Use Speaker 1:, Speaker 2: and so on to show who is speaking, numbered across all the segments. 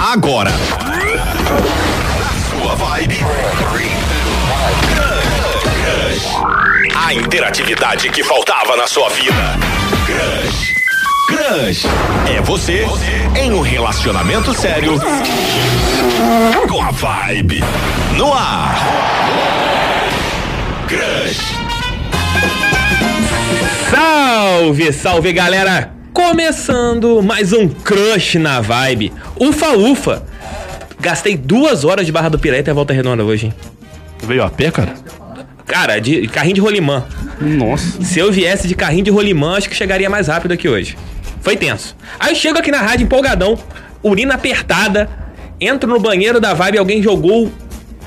Speaker 1: agora. Sua vibe. A interatividade que faltava na sua vida. Crush. Crush. É você, em um relacionamento sério. Com a vibe. No ar. Crush.
Speaker 2: Salve, salve galera! Começando mais um crush na vibe. Ufa, ufa! Gastei duas horas de Barra do Pireta e volta redonda hoje, hein?
Speaker 3: Veio a pé, cara?
Speaker 2: Cara, de carrinho de rolimã.
Speaker 3: Nossa.
Speaker 2: Se eu viesse de carrinho de rolimã, acho que chegaria mais rápido aqui hoje. Foi tenso. Aí eu chego aqui na rádio empolgadão, urina apertada, entro no banheiro da vibe e alguém jogou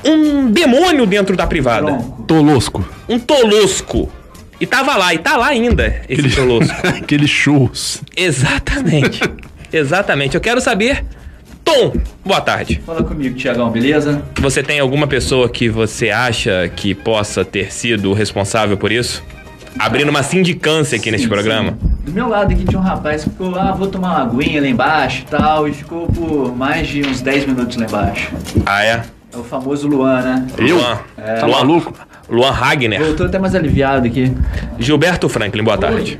Speaker 2: um demônio dentro da privada.
Speaker 3: Tolosco.
Speaker 2: Um tolosco. E tava lá, e tá lá ainda esse tolosco.
Speaker 3: Aqueles shows.
Speaker 2: Exatamente. Exatamente. Eu quero saber. Tom, boa tarde.
Speaker 4: Fala comigo, Tiagão, beleza?
Speaker 2: Você tem alguma pessoa que você acha que possa ter sido o responsável por isso? Abrindo uma sindicância aqui neste
Speaker 4: Sim,
Speaker 2: programa.
Speaker 4: sim. Do meu lado aqui tinha um rapaz que ficou, ah, vou tomar uma aguinha lá embaixo e tal, e ficou por mais de uns 10 minutos lá embaixo.
Speaker 2: Ah, é?
Speaker 4: É o famoso Luan, né?
Speaker 3: Eu?
Speaker 2: Luan.
Speaker 3: Tá maluco?
Speaker 2: Luan Hagner.
Speaker 4: Voltou até mais aliviado aqui.
Speaker 2: Gilberto Franklin, boa tarde.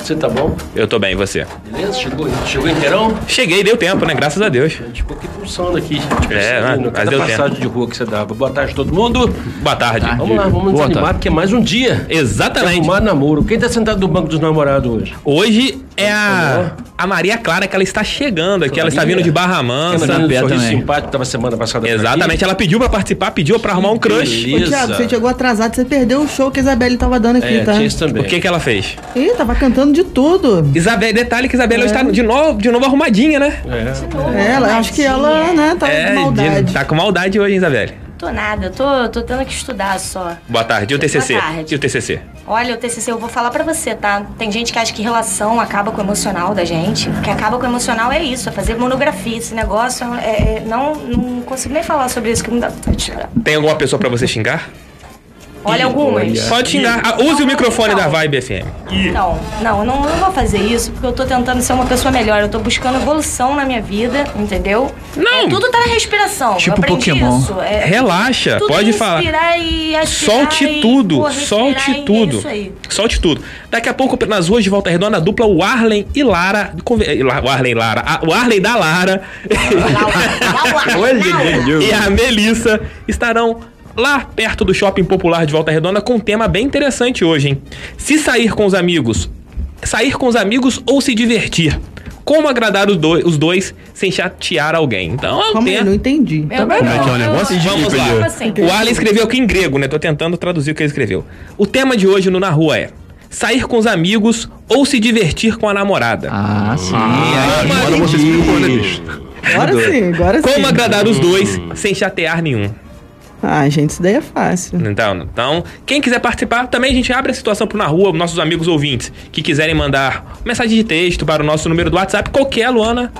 Speaker 5: Você tá bom?
Speaker 2: Eu tô bem, e você?
Speaker 5: Beleza? Chegou, chegou inteirão?
Speaker 2: Cheguei, deu tempo, né? Graças a Deus.
Speaker 5: Tipo, que pulsando aqui. Tipo,
Speaker 2: É, né?
Speaker 5: saindo,
Speaker 2: Mas
Speaker 5: cada
Speaker 2: deu
Speaker 5: passagem de rua que você dava. Boa tarde a todo mundo. Tá,
Speaker 2: Boa tarde.
Speaker 5: Vamos lá, vamos
Speaker 3: Boa
Speaker 5: desanimar,
Speaker 3: tarde.
Speaker 5: porque é mais um dia.
Speaker 2: Exatamente.
Speaker 5: Arrumar namoro. Quem tá sentado no banco dos namorados hoje?
Speaker 2: Hoje é a, a Maria Clara que ela está chegando aqui. Ela está vindo de Barra Mansa.
Speaker 5: Aquela
Speaker 4: pé
Speaker 5: sorriso
Speaker 4: também.
Speaker 5: simpático tá que tava semana passada. por aqui.
Speaker 2: Exatamente. Ela pediu pra participar, pediu pra arrumar um crush.
Speaker 6: Ô,
Speaker 5: Beleza.
Speaker 6: Thiago, você chegou atrasado, você perdeu o show que a Isabelle tava dando aqui,
Speaker 5: É,
Speaker 6: tá?
Speaker 5: tinha isso também.
Speaker 2: O que que ela fez?
Speaker 6: Ih, tava cantando de tudo.
Speaker 2: Isabel, detalhe que Isabela hoje tá de novo, de novo arrumadinha, né?
Speaker 6: É.
Speaker 5: É.
Speaker 6: Ela, acho que ela, né, tava de maldade.
Speaker 2: de- tá com maldade hoje, hein, Isabelle.
Speaker 7: Tô nada, tô, tô tendo que estudar só.
Speaker 2: Boa tarde. E o TCC?
Speaker 7: tarde.
Speaker 2: E o TCC?
Speaker 7: Olha, o TCC, eu vou falar pra você, tá? Tem gente que acha que relação acaba com o emocional da gente. O que acaba com o emocional é isso, é fazer monografia. Esse negócio é, é- não, não consigo nem falar sobre isso, que não dá vontade de chorar.
Speaker 2: Tem alguma pessoa pra você xingar?
Speaker 7: Olha algumas.
Speaker 2: Pode xingar. Ah, use o microfone da Vibe FM.
Speaker 7: Não, Então, não, eu não, eu não vou fazer isso porque eu tô tentando ser uma pessoa melhor. Eu tô buscando evolução na minha vida, entendeu?
Speaker 2: Não.
Speaker 7: É, tudo tá na respiração.
Speaker 4: Tipo
Speaker 7: eu aprendi
Speaker 4: Pokémon.
Speaker 7: isso. É,
Speaker 2: Relaxa,
Speaker 7: tudo
Speaker 2: pode
Speaker 7: é
Speaker 2: falar.
Speaker 7: inspirar e aspirar
Speaker 2: Solte
Speaker 7: e,
Speaker 2: tudo,
Speaker 7: pô, respirar e
Speaker 2: solte
Speaker 7: é
Speaker 2: tudo.
Speaker 7: isso aí.
Speaker 2: Solte tudo. Daqui a pouco, nas ruas de Volta Redonda, a dupla o Arlen e Lara. conver- eh, La- O Arlen e Lara. a- O Arlen da Lara
Speaker 7: Laura, Laura, Laura.
Speaker 2: e a Melissa estarão lá perto do shopping popular de Volta Redonda com um tema bem interessante hoje, hein? Se sair com os amigos, sair com os amigos ou se divertir. Como agradar os dois, os dois sem chatear alguém. Então, é um
Speaker 6: Como eu não
Speaker 2: tema.
Speaker 6: entendi. Tá
Speaker 7: Também
Speaker 3: é que é o negócio?
Speaker 2: Vamos lá. Tipo,
Speaker 6: Assim.
Speaker 2: O Arlen escreveu aqui em grego, né? Tô tentando traduzir o que ele escreveu. O tema de hoje no Na Rua é sair com os amigos ou se divertir com a namorada.
Speaker 4: Ah, sim.
Speaker 3: Agora você explicou, né, bicho?
Speaker 6: Agora sim, agora sim.
Speaker 2: Como agradar os dois sem chatear nenhum.
Speaker 6: Ah, gente, isso daí é fácil.
Speaker 2: Então, então, quem quiser participar, também a gente abre a situação pro Na Rua, nossos amigos ouvintes que quiserem mandar mensagem de texto para o nosso número do WhatsApp, qualquer, Luana.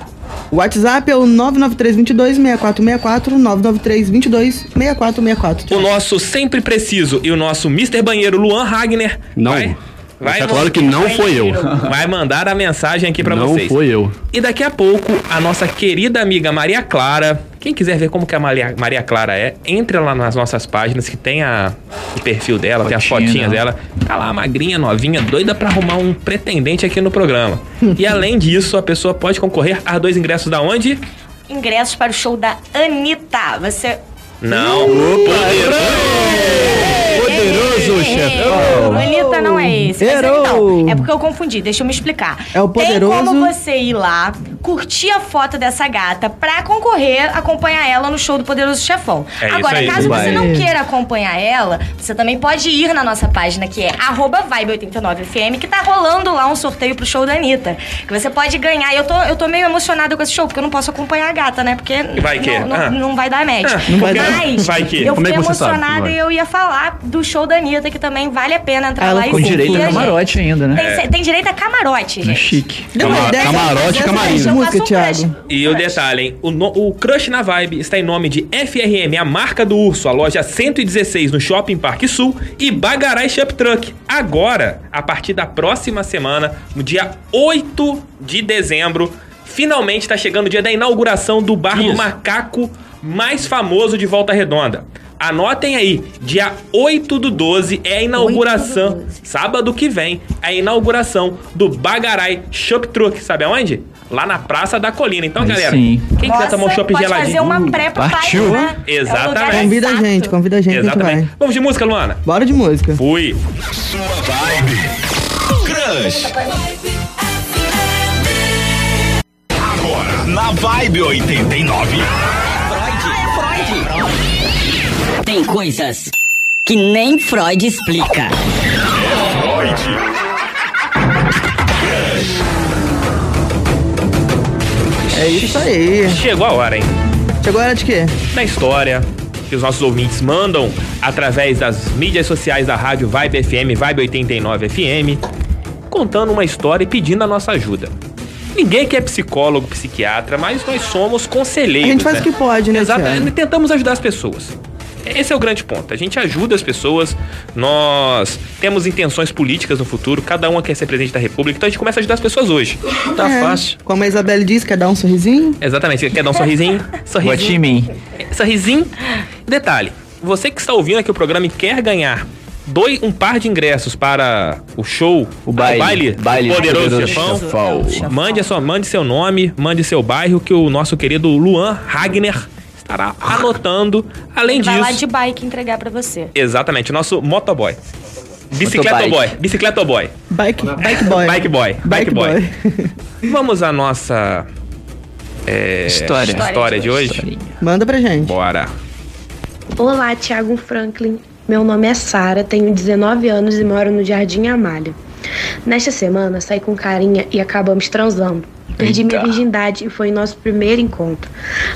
Speaker 6: O WhatsApp é o 993226464, 993226464.
Speaker 2: O nosso sempre preciso e o nosso Mr. Banheiro, Luan Ragner.
Speaker 3: Não.
Speaker 2: Vai, vai,
Speaker 3: Deixa claro que não foi eu.
Speaker 2: vai mandar a mensagem aqui para
Speaker 3: não
Speaker 2: vocês.
Speaker 3: foi eu.
Speaker 2: E daqui a pouco, a nossa querida amiga Maria Clara. Quem quiser ver como que a Maria, Maria Clara é, entra lá nas nossas páginas que tem a, o perfil dela, tem as
Speaker 4: Fotinha
Speaker 2: fotinhas
Speaker 4: dela.
Speaker 2: dela. Tá lá, magrinha, novinha, doida pra arrumar um pretendente aqui no programa. e além disso, a pessoa pode concorrer a dois ingressos da onde?
Speaker 7: Ingressos para o show da Anitta. Você.
Speaker 2: Não.
Speaker 3: Poderoso, chefe.
Speaker 7: Anitta não é esse. Mas
Speaker 6: Errou.
Speaker 7: então, é porque eu confundi, deixa eu me explicar.
Speaker 6: É o poderoso.
Speaker 7: Tem como você ir lá, curtir a foto dessa gata pra concorrer, acompanhar ela no show do Poderoso Chefão.
Speaker 2: É isso
Speaker 7: Agora,
Speaker 2: aí,
Speaker 7: caso
Speaker 2: vai.
Speaker 7: você não queira acompanhar ela, você também pode ir na nossa página, que é arroba vibe89fm, que tá rolando lá um sorteio pro show da Anitta. Que você pode ganhar. E eu tô, eu tô meio emocionada com esse show, porque eu não posso acompanhar a gata, né? Porque
Speaker 2: Vai que-
Speaker 7: não, não,
Speaker 2: ah.
Speaker 7: não vai dar match.
Speaker 2: Ah,
Speaker 6: não vai dar-
Speaker 7: Mas
Speaker 2: vai que-
Speaker 7: eu
Speaker 3: Como
Speaker 7: fui
Speaker 3: é que você sabe que não
Speaker 7: emocionada
Speaker 3: vai?
Speaker 7: e eu ia falar do show da Anitta, que também vale a pena entrar
Speaker 6: Ah, ela
Speaker 7: lá e
Speaker 6: ficou
Speaker 4: Com
Speaker 7: seguir
Speaker 4: direito
Speaker 7: a
Speaker 4: a
Speaker 7: gente.
Speaker 4: camarote ainda, né?
Speaker 7: Tem,
Speaker 2: É.
Speaker 7: tem direito a camarote, gente. é?
Speaker 4: Chique.
Speaker 6: Deu
Speaker 3: Camar-
Speaker 6: dessa-
Speaker 3: camarote,
Speaker 6: dessa
Speaker 3: camarim.
Speaker 6: de música, Thiago.
Speaker 2: E o detalhe, hein? O, no- o Crush na Vibe está em nome de FRM, a marca do urso, a loja 116 no Shopping Parque Sul e Bagarai Shop Truck. Agora, a partir da próxima semana, no dia 8 de dezembro, finalmente tá chegando o dia da inauguração do bar do
Speaker 5: Isso.
Speaker 2: macaco mais famoso de Volta Redonda. Anotem aí, dia 8 do 12 é a inauguração,
Speaker 7: 8 do 12.
Speaker 2: sábado que vem, é a inauguração do Bagarai Shop Truck, sabe aonde? Lá na Praça da Colina. Então,
Speaker 4: Aí
Speaker 2: galera,
Speaker 4: sim.
Speaker 2: quem quiser tomar um shopping
Speaker 7: pode
Speaker 2: geladinho...
Speaker 7: fazer uma pré pro
Speaker 3: partiu.
Speaker 7: pai, né?
Speaker 2: Exatamente.
Speaker 7: É um lugar
Speaker 6: Convida a
Speaker 7: exato.
Speaker 6: gente, convida a gente, a gente
Speaker 2: Exatamente.
Speaker 6: vai.
Speaker 2: Vamos de música, Luana?
Speaker 6: Bora de música.
Speaker 2: Fui.
Speaker 1: Crush. Agora, na Vibe 89.
Speaker 8: Tem coisas que nem Freud explica.
Speaker 1: Freud.
Speaker 6: É isso aí.
Speaker 2: Chegou a hora, hein?
Speaker 6: Chegou a hora de quê?
Speaker 2: da história que os nossos ouvintes mandam através das mídias sociais da rádio Vibe FM, Vibe 89 FM, contando uma história e pedindo a nossa ajuda. Ninguém aqui é psicólogo, psiquiatra, mas nós somos
Speaker 6: A
Speaker 2: conselheiros.
Speaker 6: gente faz o
Speaker 2: né?
Speaker 6: que pode, né?
Speaker 2: Exatamente.
Speaker 6: Thiago?
Speaker 2: Tentamos ajudar as pessoas. Esse é o grande ponto. A gente ajuda as pessoas, nós temos intenções políticas no futuro, cada um quer ser presidente da república, então a gente começa a ajudar as pessoas hoje.
Speaker 5: Tá
Speaker 6: É,
Speaker 5: fácil.
Speaker 6: Como a Isabelle disse, quer dar um sorrisinho?
Speaker 2: Exatamente. Você Quer dar um sorrisinho?
Speaker 4: What
Speaker 2: Sorrisinho.
Speaker 4: you mean?
Speaker 2: Sorrisinho. Detalhe, você que está ouvindo aqui o programa e quer ganhar dois, um par de ingressos para o show,
Speaker 4: O baile.
Speaker 2: o baile,
Speaker 4: Baile do
Speaker 2: Poderoso,
Speaker 4: Poderoso
Speaker 2: Chefão,
Speaker 4: Chefão.
Speaker 2: Mande, a sua, mande seu nome, mande seu bairro, que o nosso querido Luan Ragner estará anotando. Além
Speaker 7: Ele vai lá
Speaker 2: disso,
Speaker 7: de bike entregar pra você.
Speaker 2: exatamente, o nosso motoboy. Bicicleta
Speaker 4: Motobike.
Speaker 2: boy, bicicleta boy,
Speaker 6: Bike, bike boy.
Speaker 2: bike boy,
Speaker 6: Bike boy.
Speaker 2: Vamos à nossa é,
Speaker 4: História.
Speaker 2: história de hoje.
Speaker 6: Manda pra gente.
Speaker 2: Bora.
Speaker 9: Olá, Thiago Franklin. Meu nome é Sara, tenho 19 anos e moro no Jardim Amália. Nesta semana, saí com carinha e acabamos transando. Perdi minha virgindade e foi nosso primeiro encontro.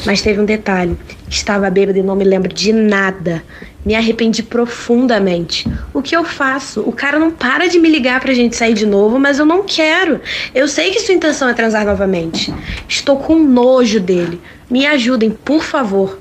Speaker 9: Mas teve um detalhe: estava bêbada e não me lembro de nada. Me arrependi profundamente. O que eu faço? O cara não para de me ligar pra gente sair de novo, mas eu não quero. Eu sei que sua intenção é transar novamente. Estou com nojo dele. Me ajudem, por favor.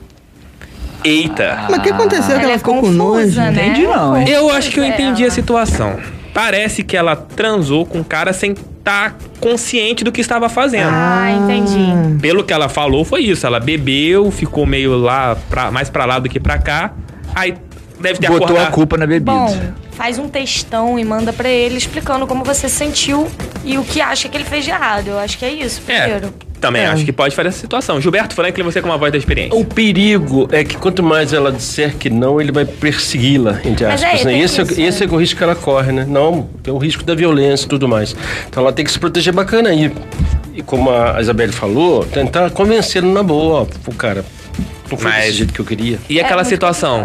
Speaker 2: Eita.
Speaker 6: Mas o que aconteceu que
Speaker 7: Ela
Speaker 6: ela
Speaker 7: é
Speaker 6: ficou com nojo?
Speaker 7: confusa, né? é.
Speaker 4: Entendi não, hein?
Speaker 2: Eu acho que eu entendi
Speaker 7: ela.
Speaker 2: a situação. Parece que ela transou com o cara sem estar consciente do que estava fazendo.
Speaker 7: Ah, entendi.
Speaker 2: Pelo que ela falou, foi isso. Ela bebeu, ficou meio lá, pra- mais pra lá do que pra cá. Aí deve ter
Speaker 4: Botou a
Speaker 2: acordado.
Speaker 4: culpa na bebida.
Speaker 7: Bom, faz um textão e manda pra ele explicando como você se sentiu e o que acha que ele fez de errado. Eu acho que é isso,
Speaker 2: É,
Speaker 7: primeiro.
Speaker 2: também acho que pode fazer essa situação. Gilberto Franklin, você com uma voz da experiência.
Speaker 5: O perigo é que quanto mais ela disser que não, ele vai persegui-la, entre
Speaker 7: Mas
Speaker 5: aspas.
Speaker 7: é,
Speaker 5: né?
Speaker 7: tem
Speaker 5: esse,
Speaker 7: isso,
Speaker 5: é, esse é o risco que ela corre, né? Não, tem o risco da violência e tudo mais. Então ela tem que se proteger bacana aí. E como a Isabelle falou, tentar convencê-lo na boa. ó, Pô, cara, não foi
Speaker 2: Mas-
Speaker 5: desse jeito que eu queria.
Speaker 2: E aquela
Speaker 7: É, muito
Speaker 2: situação?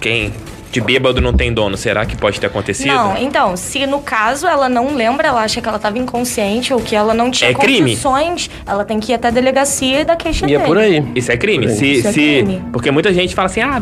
Speaker 2: Quem de bêbado não tem dono, será que pode ter acontecido?
Speaker 7: Não, então, se no caso ela não lembra, ela acha que ela tava inconsciente ou que ela não tinha
Speaker 2: É crime.
Speaker 7: condições, ela tem que ir até a delegacia e dar queixa
Speaker 5: E é
Speaker 7: dele.
Speaker 5: por aí.
Speaker 2: Isso é crime.
Speaker 5: Por aí.
Speaker 2: Se,
Speaker 7: Isso é
Speaker 2: se-
Speaker 7: crime.
Speaker 2: Porque muita gente fala assim, ah,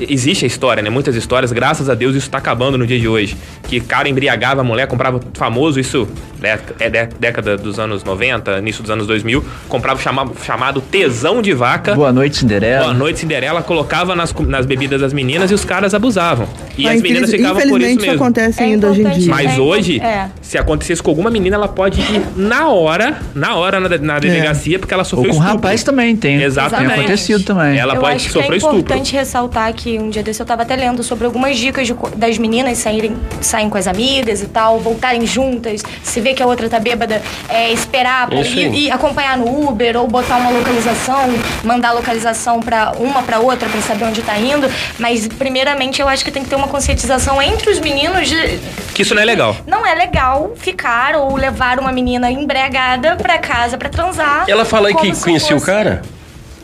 Speaker 2: existe a história, né? Muitas histórias, graças a Deus, isso tá acabando no dia de hoje. Que cara embriagava a mulher, comprava famoso, isso né, é dé- década dos anos 90, início dos anos 2000, comprava o chama- chamado tesão de vaca.
Speaker 4: Boa noite, Cinderela.
Speaker 2: Boa noite, Cinderela, colocava nas, com- nas bebidas das meninas e os caras abusavam. E
Speaker 6: Ah,
Speaker 2: as
Speaker 6: infeliz-
Speaker 2: meninas ficavam por isso
Speaker 6: Infelizmente
Speaker 2: mesmo.
Speaker 6: acontece
Speaker 7: É
Speaker 6: ainda hoje em
Speaker 7: importante.
Speaker 6: dia.
Speaker 2: Mas
Speaker 7: É, então,
Speaker 2: hoje,
Speaker 7: é.
Speaker 2: se acontecesse com alguma menina, ela pode ir na hora, na hora na, na delegacia, porque ela
Speaker 4: É. Ou
Speaker 2: sofreu
Speaker 4: com
Speaker 2: estupro.
Speaker 4: rapaz também, tem.
Speaker 2: Exatamente.
Speaker 4: Tem acontecido também.
Speaker 2: Ela
Speaker 7: eu
Speaker 2: pode
Speaker 7: acho que é
Speaker 2: sofrer estupro.
Speaker 7: importante ressaltar que um dia desse eu tava até lendo sobre algumas dicas de co- das meninas saírem, saem com as amigas e tal, voltarem juntas, se vê que a outra tá bêbada, é, esperar pra-
Speaker 5: Isso aí.
Speaker 7: e, e acompanhar no Uber ou botar uma localização, mandar a localização pra uma pra outra pra saber onde tá indo, mas primeiramente eu acho que tem que ter uma conscientização entre os meninos de
Speaker 2: Que isso não é legal.
Speaker 7: não é legal ficar ou levar uma menina embregada pra casa pra transar.
Speaker 5: Ela fala aí que
Speaker 7: como se
Speaker 5: conhecia o
Speaker 7: fosse-
Speaker 5: cara?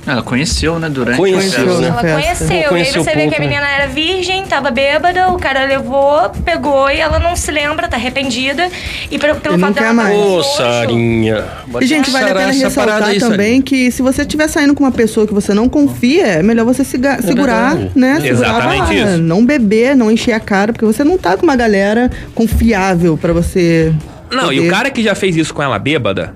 Speaker 4: Ela conheceu, né, durante...
Speaker 5: Conheceu,
Speaker 6: Conheceu, né?
Speaker 5: né?
Speaker 7: Ela
Speaker 6: festa.
Speaker 7: conheceu, e aí
Speaker 5: Conheceu
Speaker 7: você
Speaker 5: o
Speaker 7: vê que
Speaker 5: povo,
Speaker 7: a
Speaker 5: né?
Speaker 7: menina era virgem, tava bêbada, o cara levou, pegou e ela não se lembra, tá arrependida. E pelo, pelo
Speaker 6: E não
Speaker 7: fato
Speaker 6: quer
Speaker 7: dela tá
Speaker 6: mais.
Speaker 7: com
Speaker 5: Ô,
Speaker 7: nojo,
Speaker 5: Sarinha.
Speaker 6: E, gente, vale a pena
Speaker 5: Sarar essa
Speaker 6: ressaltar
Speaker 5: parada
Speaker 2: é
Speaker 5: aí,
Speaker 6: também
Speaker 5: Sarinha.
Speaker 6: que se você estiver saindo com uma pessoa que você não confia, é melhor você siga- segurar, né? Segurar a
Speaker 2: Exatamente
Speaker 6: barra.
Speaker 2: isso.
Speaker 6: Não beber, não encher a cara, porque você não tá com uma galera confiável pra você.
Speaker 2: Não, e
Speaker 6: poder-
Speaker 2: o cara que já fez isso com ela bêbada,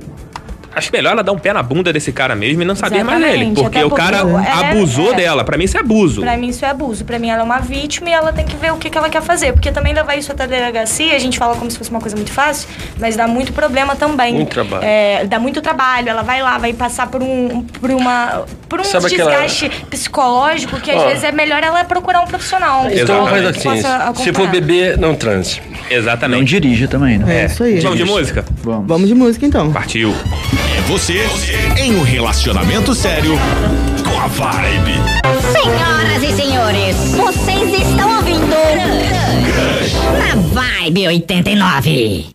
Speaker 2: Acho melhor ela dar um pé na bunda desse cara mesmo e não saber mais dele.
Speaker 7: Exatamente,
Speaker 2: Porque
Speaker 7: até
Speaker 2: o cara
Speaker 7: porque- é,
Speaker 2: abusou
Speaker 7: é.
Speaker 2: dela. Pra mim, isso é abuso.
Speaker 7: Pra mim isso é abuso. Pra mim ela é uma vítima e ela tem que ver o que, que ela quer fazer. Porque também levar isso até a delegacia, a gente fala como se fosse uma coisa muito fácil, mas dá muito problema também.
Speaker 5: Muito trabalho.
Speaker 7: É, dá muito trabalho. Ela vai lá, vai passar por um, por uma, por um
Speaker 5: Sabe aquela-
Speaker 7: desgaste psicológico que às
Speaker 5: Ó.
Speaker 7: vezes é melhor ela procurar um profissional. um
Speaker 5: Então
Speaker 7: psicólogo
Speaker 5: faz
Speaker 7: que
Speaker 5: assim,
Speaker 7: possa
Speaker 5: se
Speaker 7: acompanhar.
Speaker 5: for beber, não transe.
Speaker 2: Exatamente.
Speaker 4: Não dirija também, né?
Speaker 6: É, isso aí.
Speaker 2: Vamos de música?
Speaker 4: Vamos.
Speaker 6: Vamos de música então.
Speaker 2: Partiu.
Speaker 1: É você em um relacionamento sério com a vibe.
Speaker 3: Senhoras e senhores, vocês estão ouvindo na Vibe 89.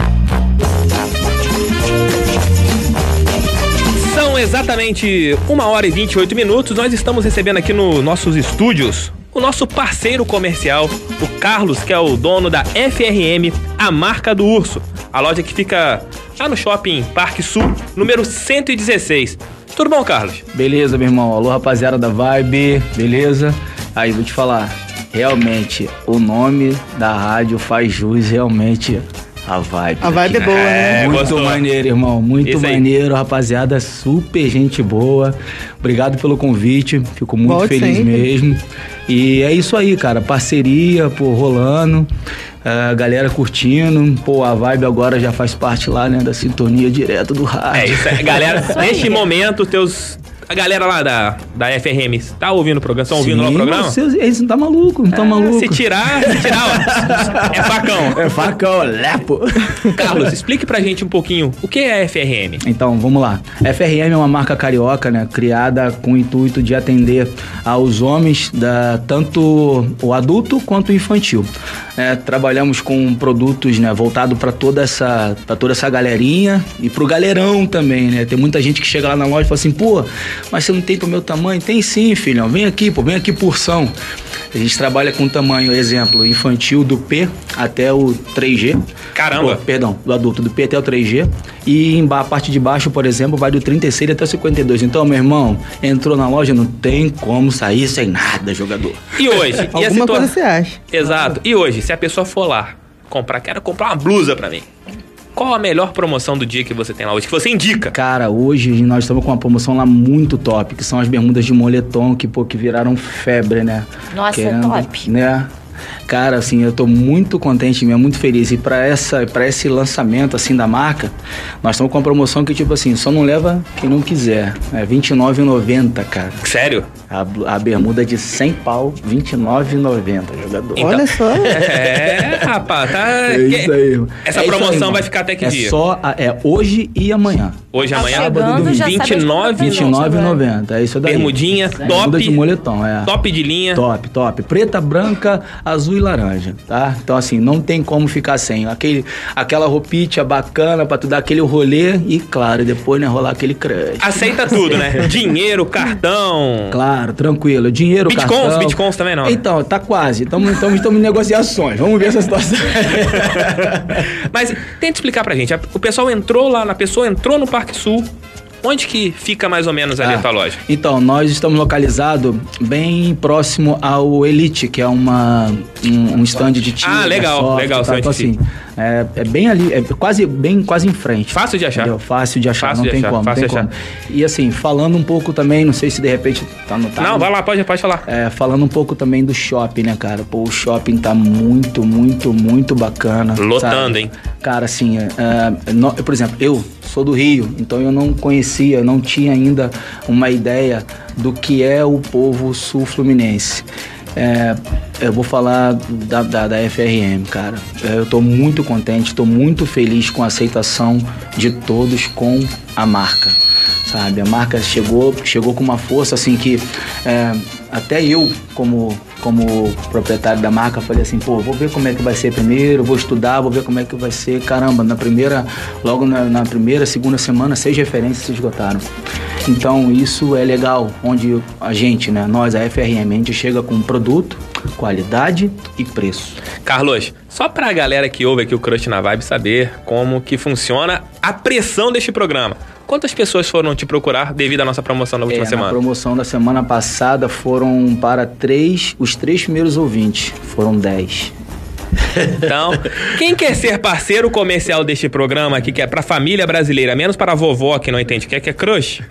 Speaker 2: São exatamente 1 hora e 28 minutos. Nós estamos recebendo aqui nos nossos estúdios o nosso parceiro comercial, o Carlos, que é o dono da FRM, a marca do urso. A loja que fica lá no shopping Parque Sul, número 116. Tudo bom, Carlos?
Speaker 4: Beleza, meu irmão. Alô, rapaziada da Vibe, beleza? Aí, vou te falar. Realmente, o nome da rádio faz jus realmente à Vibe.
Speaker 6: A vibe é boa, né?
Speaker 2: É,
Speaker 4: muito
Speaker 2: gostou.
Speaker 4: maneiro, irmão. Muito
Speaker 2: Isso aí.
Speaker 4: maneiro, rapaziada. Super gente boa. Obrigado pelo convite. Fico muito
Speaker 6: Volte
Speaker 4: feliz
Speaker 6: sempre.
Speaker 4: mesmo. E é isso aí, cara. Parceria, pô, rolando. A galera curtindo. Pô, a vibe agora já faz parte lá, né? Da sintonia direto do rádio.
Speaker 2: É isso aí, galera.
Speaker 7: Isso aí.
Speaker 2: neste momento, teus. A galera lá da, da FRM tá ouvindo o programa? Estão ouvindo lá o
Speaker 4: Sim,
Speaker 2: programa?
Speaker 4: vocês- Eles não tá maluco, não tá maluco.
Speaker 2: É, Se tirar, se tirar, ó, é facão.
Speaker 4: É facão, lepo.
Speaker 2: Carlos, explique pra gente um pouquinho o que é a FRM.
Speaker 4: Então, vamos lá. FRM é uma marca carioca, né? Criada com o intuito de atender aos homens, da, tanto o adulto quanto o infantil. É, trabalhamos com produtos né, voltados para toda essa pra toda essa galerinha e pro galerão também, né? Tem muita gente que chega lá na loja e fala assim, pô, mas você não tem pro meu tamanho? Tem sim, filhão. Vem aqui, pô, vem aqui porção. A gente trabalha com tamanho, exemplo, infantil do P até o 3G.
Speaker 2: Caramba.
Speaker 4: Pô, perdão, do adulto, do P até o 3G. E em ba- a parte de baixo, por exemplo, vai do 36 até o 52. Então, meu irmão, entrou na loja, não tem como sair sem nada, jogador.
Speaker 2: E hoje? e a
Speaker 6: Alguma
Speaker 2: situa-
Speaker 6: coisa você acha.
Speaker 2: Exato. E hoje, se a pessoa for lá comprar, quero comprar uma blusa pra mim. Qual a melhor promoção do dia que você tem lá hoje? Que você indica?
Speaker 4: Cara, hoje nós estamos com uma promoção lá muito top, que são as bermudas de moletom, que, pô, que viraram febre, né?
Speaker 7: Nossa, é top.
Speaker 4: Né? Cara, assim, eu tô muito contente mesmo, muito feliz. E pra, essa, pra esse lançamento, assim, da marca, nós estamos com uma promoção que, tipo assim, só não leva quem não quiser. É R$29,90, cara.
Speaker 2: Sério?
Speaker 4: A, blu- a bermuda de 100 pau, 29,90, jogador.
Speaker 2: Então-
Speaker 6: Olha só.
Speaker 2: É, rapaz, tá.
Speaker 4: É isso aí. irmão.
Speaker 2: Essa
Speaker 4: É isso aí,
Speaker 2: promoção
Speaker 4: irmão.
Speaker 2: vai ficar até que
Speaker 4: é
Speaker 2: dia?
Speaker 4: Só a- é hoje e amanhã.
Speaker 2: Hoje,
Speaker 7: Tá
Speaker 2: amanhã,
Speaker 7: chegando, já sabe onde
Speaker 2: 29,
Speaker 7: comprar.
Speaker 4: 29,90. É isso daí.
Speaker 2: bermudinha,
Speaker 4: Bermuda
Speaker 2: top,
Speaker 4: de moletom, é.
Speaker 2: top de linha.
Speaker 4: Top, top. Preta, branca, azul e laranja, tá? Então, assim, não tem como ficar sem. Aquele, aquela roupinha bacana pra tu dar aquele rolê e, claro, depois, né, rolar aquele crush.
Speaker 2: Aceita tudo, né? Dinheiro, cartão.
Speaker 4: Claro, tranquilo. Dinheiro,
Speaker 2: Bitcoins,
Speaker 4: cartão.
Speaker 2: bitcoins também não, né?
Speaker 4: Então, tá quase. Estamos em negociações. Vamos ver essa situação.
Speaker 2: Mas tenta explicar pra gente. a- O pessoal entrou lá, na pessoa entrou no Parque Sul. Onde que fica mais ou menos ali
Speaker 4: Ah,
Speaker 2: a tua loja?
Speaker 4: Então, nós estamos localizados bem próximo ao Elite, que é uma, um, um stand de tiro.
Speaker 2: Ah, legal,
Speaker 4: airsoft,
Speaker 2: legal,
Speaker 4: tá?
Speaker 2: stand
Speaker 4: Então,
Speaker 2: de tiro.
Speaker 4: assim, é, é bem ali, é quase, bem, quase em frente.
Speaker 2: Fácil de achar.
Speaker 4: Entendeu? Fácil de achar,
Speaker 2: Fácil
Speaker 4: não
Speaker 2: de
Speaker 4: tem
Speaker 2: achar,
Speaker 4: como, não
Speaker 2: fácil
Speaker 4: tem
Speaker 2: de
Speaker 4: como. E assim, falando um pouco também, não sei se de repente tá no time.
Speaker 2: Não, vai lá, pode, pode falar.
Speaker 4: É, falando um pouco também do shopping, né, cara? Pô, o shopping tá muito, muito, muito bacana.
Speaker 2: Lotando, hein?
Speaker 4: Cara, assim, é, é, nó- por exemplo, eu sou do Rio, então eu não conhecia, não tinha ainda uma ideia do que é o povo sul-fluminense. É, eu vou falar da, da, da FRM, cara. É, eu tô muito contente, tô muito feliz com a aceitação de todos com a marca sabe? A marca chegou, chegou com uma força assim que é, até eu, como, como proprietário da marca, falei assim, pô, vou ver como é que vai ser primeiro, vou estudar, vou ver como é que vai ser. Caramba, na primeira, logo na, na primeira, segunda semana, seis referências se esgotaram. Então isso é legal, onde a gente, né, nós, a FRM, a gente chega com um produto, qualidade e preço.
Speaker 2: Carlos, só pra galera que ouve aqui o Crush na Vibe saber como que funciona a pressão deste programa. Quantas pessoas foram te procurar devido à nossa promoção da última
Speaker 4: É, Na
Speaker 2: semana?
Speaker 4: promoção da semana passada foram para três, os três primeiros ouvintes. Foram dez.
Speaker 2: Então, quem quer ser parceiro comercial deste programa aqui, que é pra família brasileira, menos para a vovó que não entende o que é, que é crush,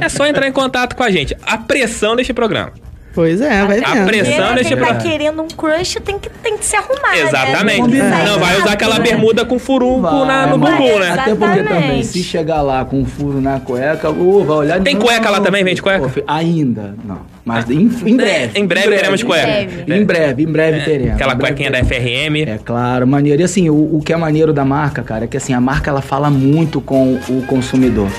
Speaker 2: é só entrar em contato com a gente. A pressão deste programa.
Speaker 6: Pois é, vai
Speaker 2: A
Speaker 6: vendo.
Speaker 2: pressão
Speaker 7: Quem tá
Speaker 2: neste programa.
Speaker 7: querendo um crush tem que, tem que se arrumar, né?
Speaker 2: Exatamente.
Speaker 10: Tá
Speaker 7: Tem que sair
Speaker 2: Não vai usar
Speaker 7: rápido,
Speaker 2: aquela
Speaker 7: né?
Speaker 2: bermuda com furunco
Speaker 4: É. Vai,
Speaker 2: na, no
Speaker 4: mas-
Speaker 2: bumbum, né?
Speaker 4: Até porque também,
Speaker 7: Exatamente.
Speaker 4: se chegar lá com um furo na cueca, ô, vai olhar...
Speaker 2: Tem
Speaker 4: não,
Speaker 2: cueca lá também? Vende cueca?
Speaker 4: ô, filho, ainda, não. Mas em, em breve.
Speaker 2: Em breve teremos cueca.
Speaker 7: Né?
Speaker 2: É,
Speaker 7: Em breve.
Speaker 4: Em breve, em breve teremos.
Speaker 2: Aquela
Speaker 4: Em breve
Speaker 2: cuequinha da
Speaker 4: teremos.
Speaker 2: FRM.
Speaker 4: É claro, maneiro. E assim, o, o que é maneiro da marca, cara, é que assim, a marca ela fala muito com o consumidor.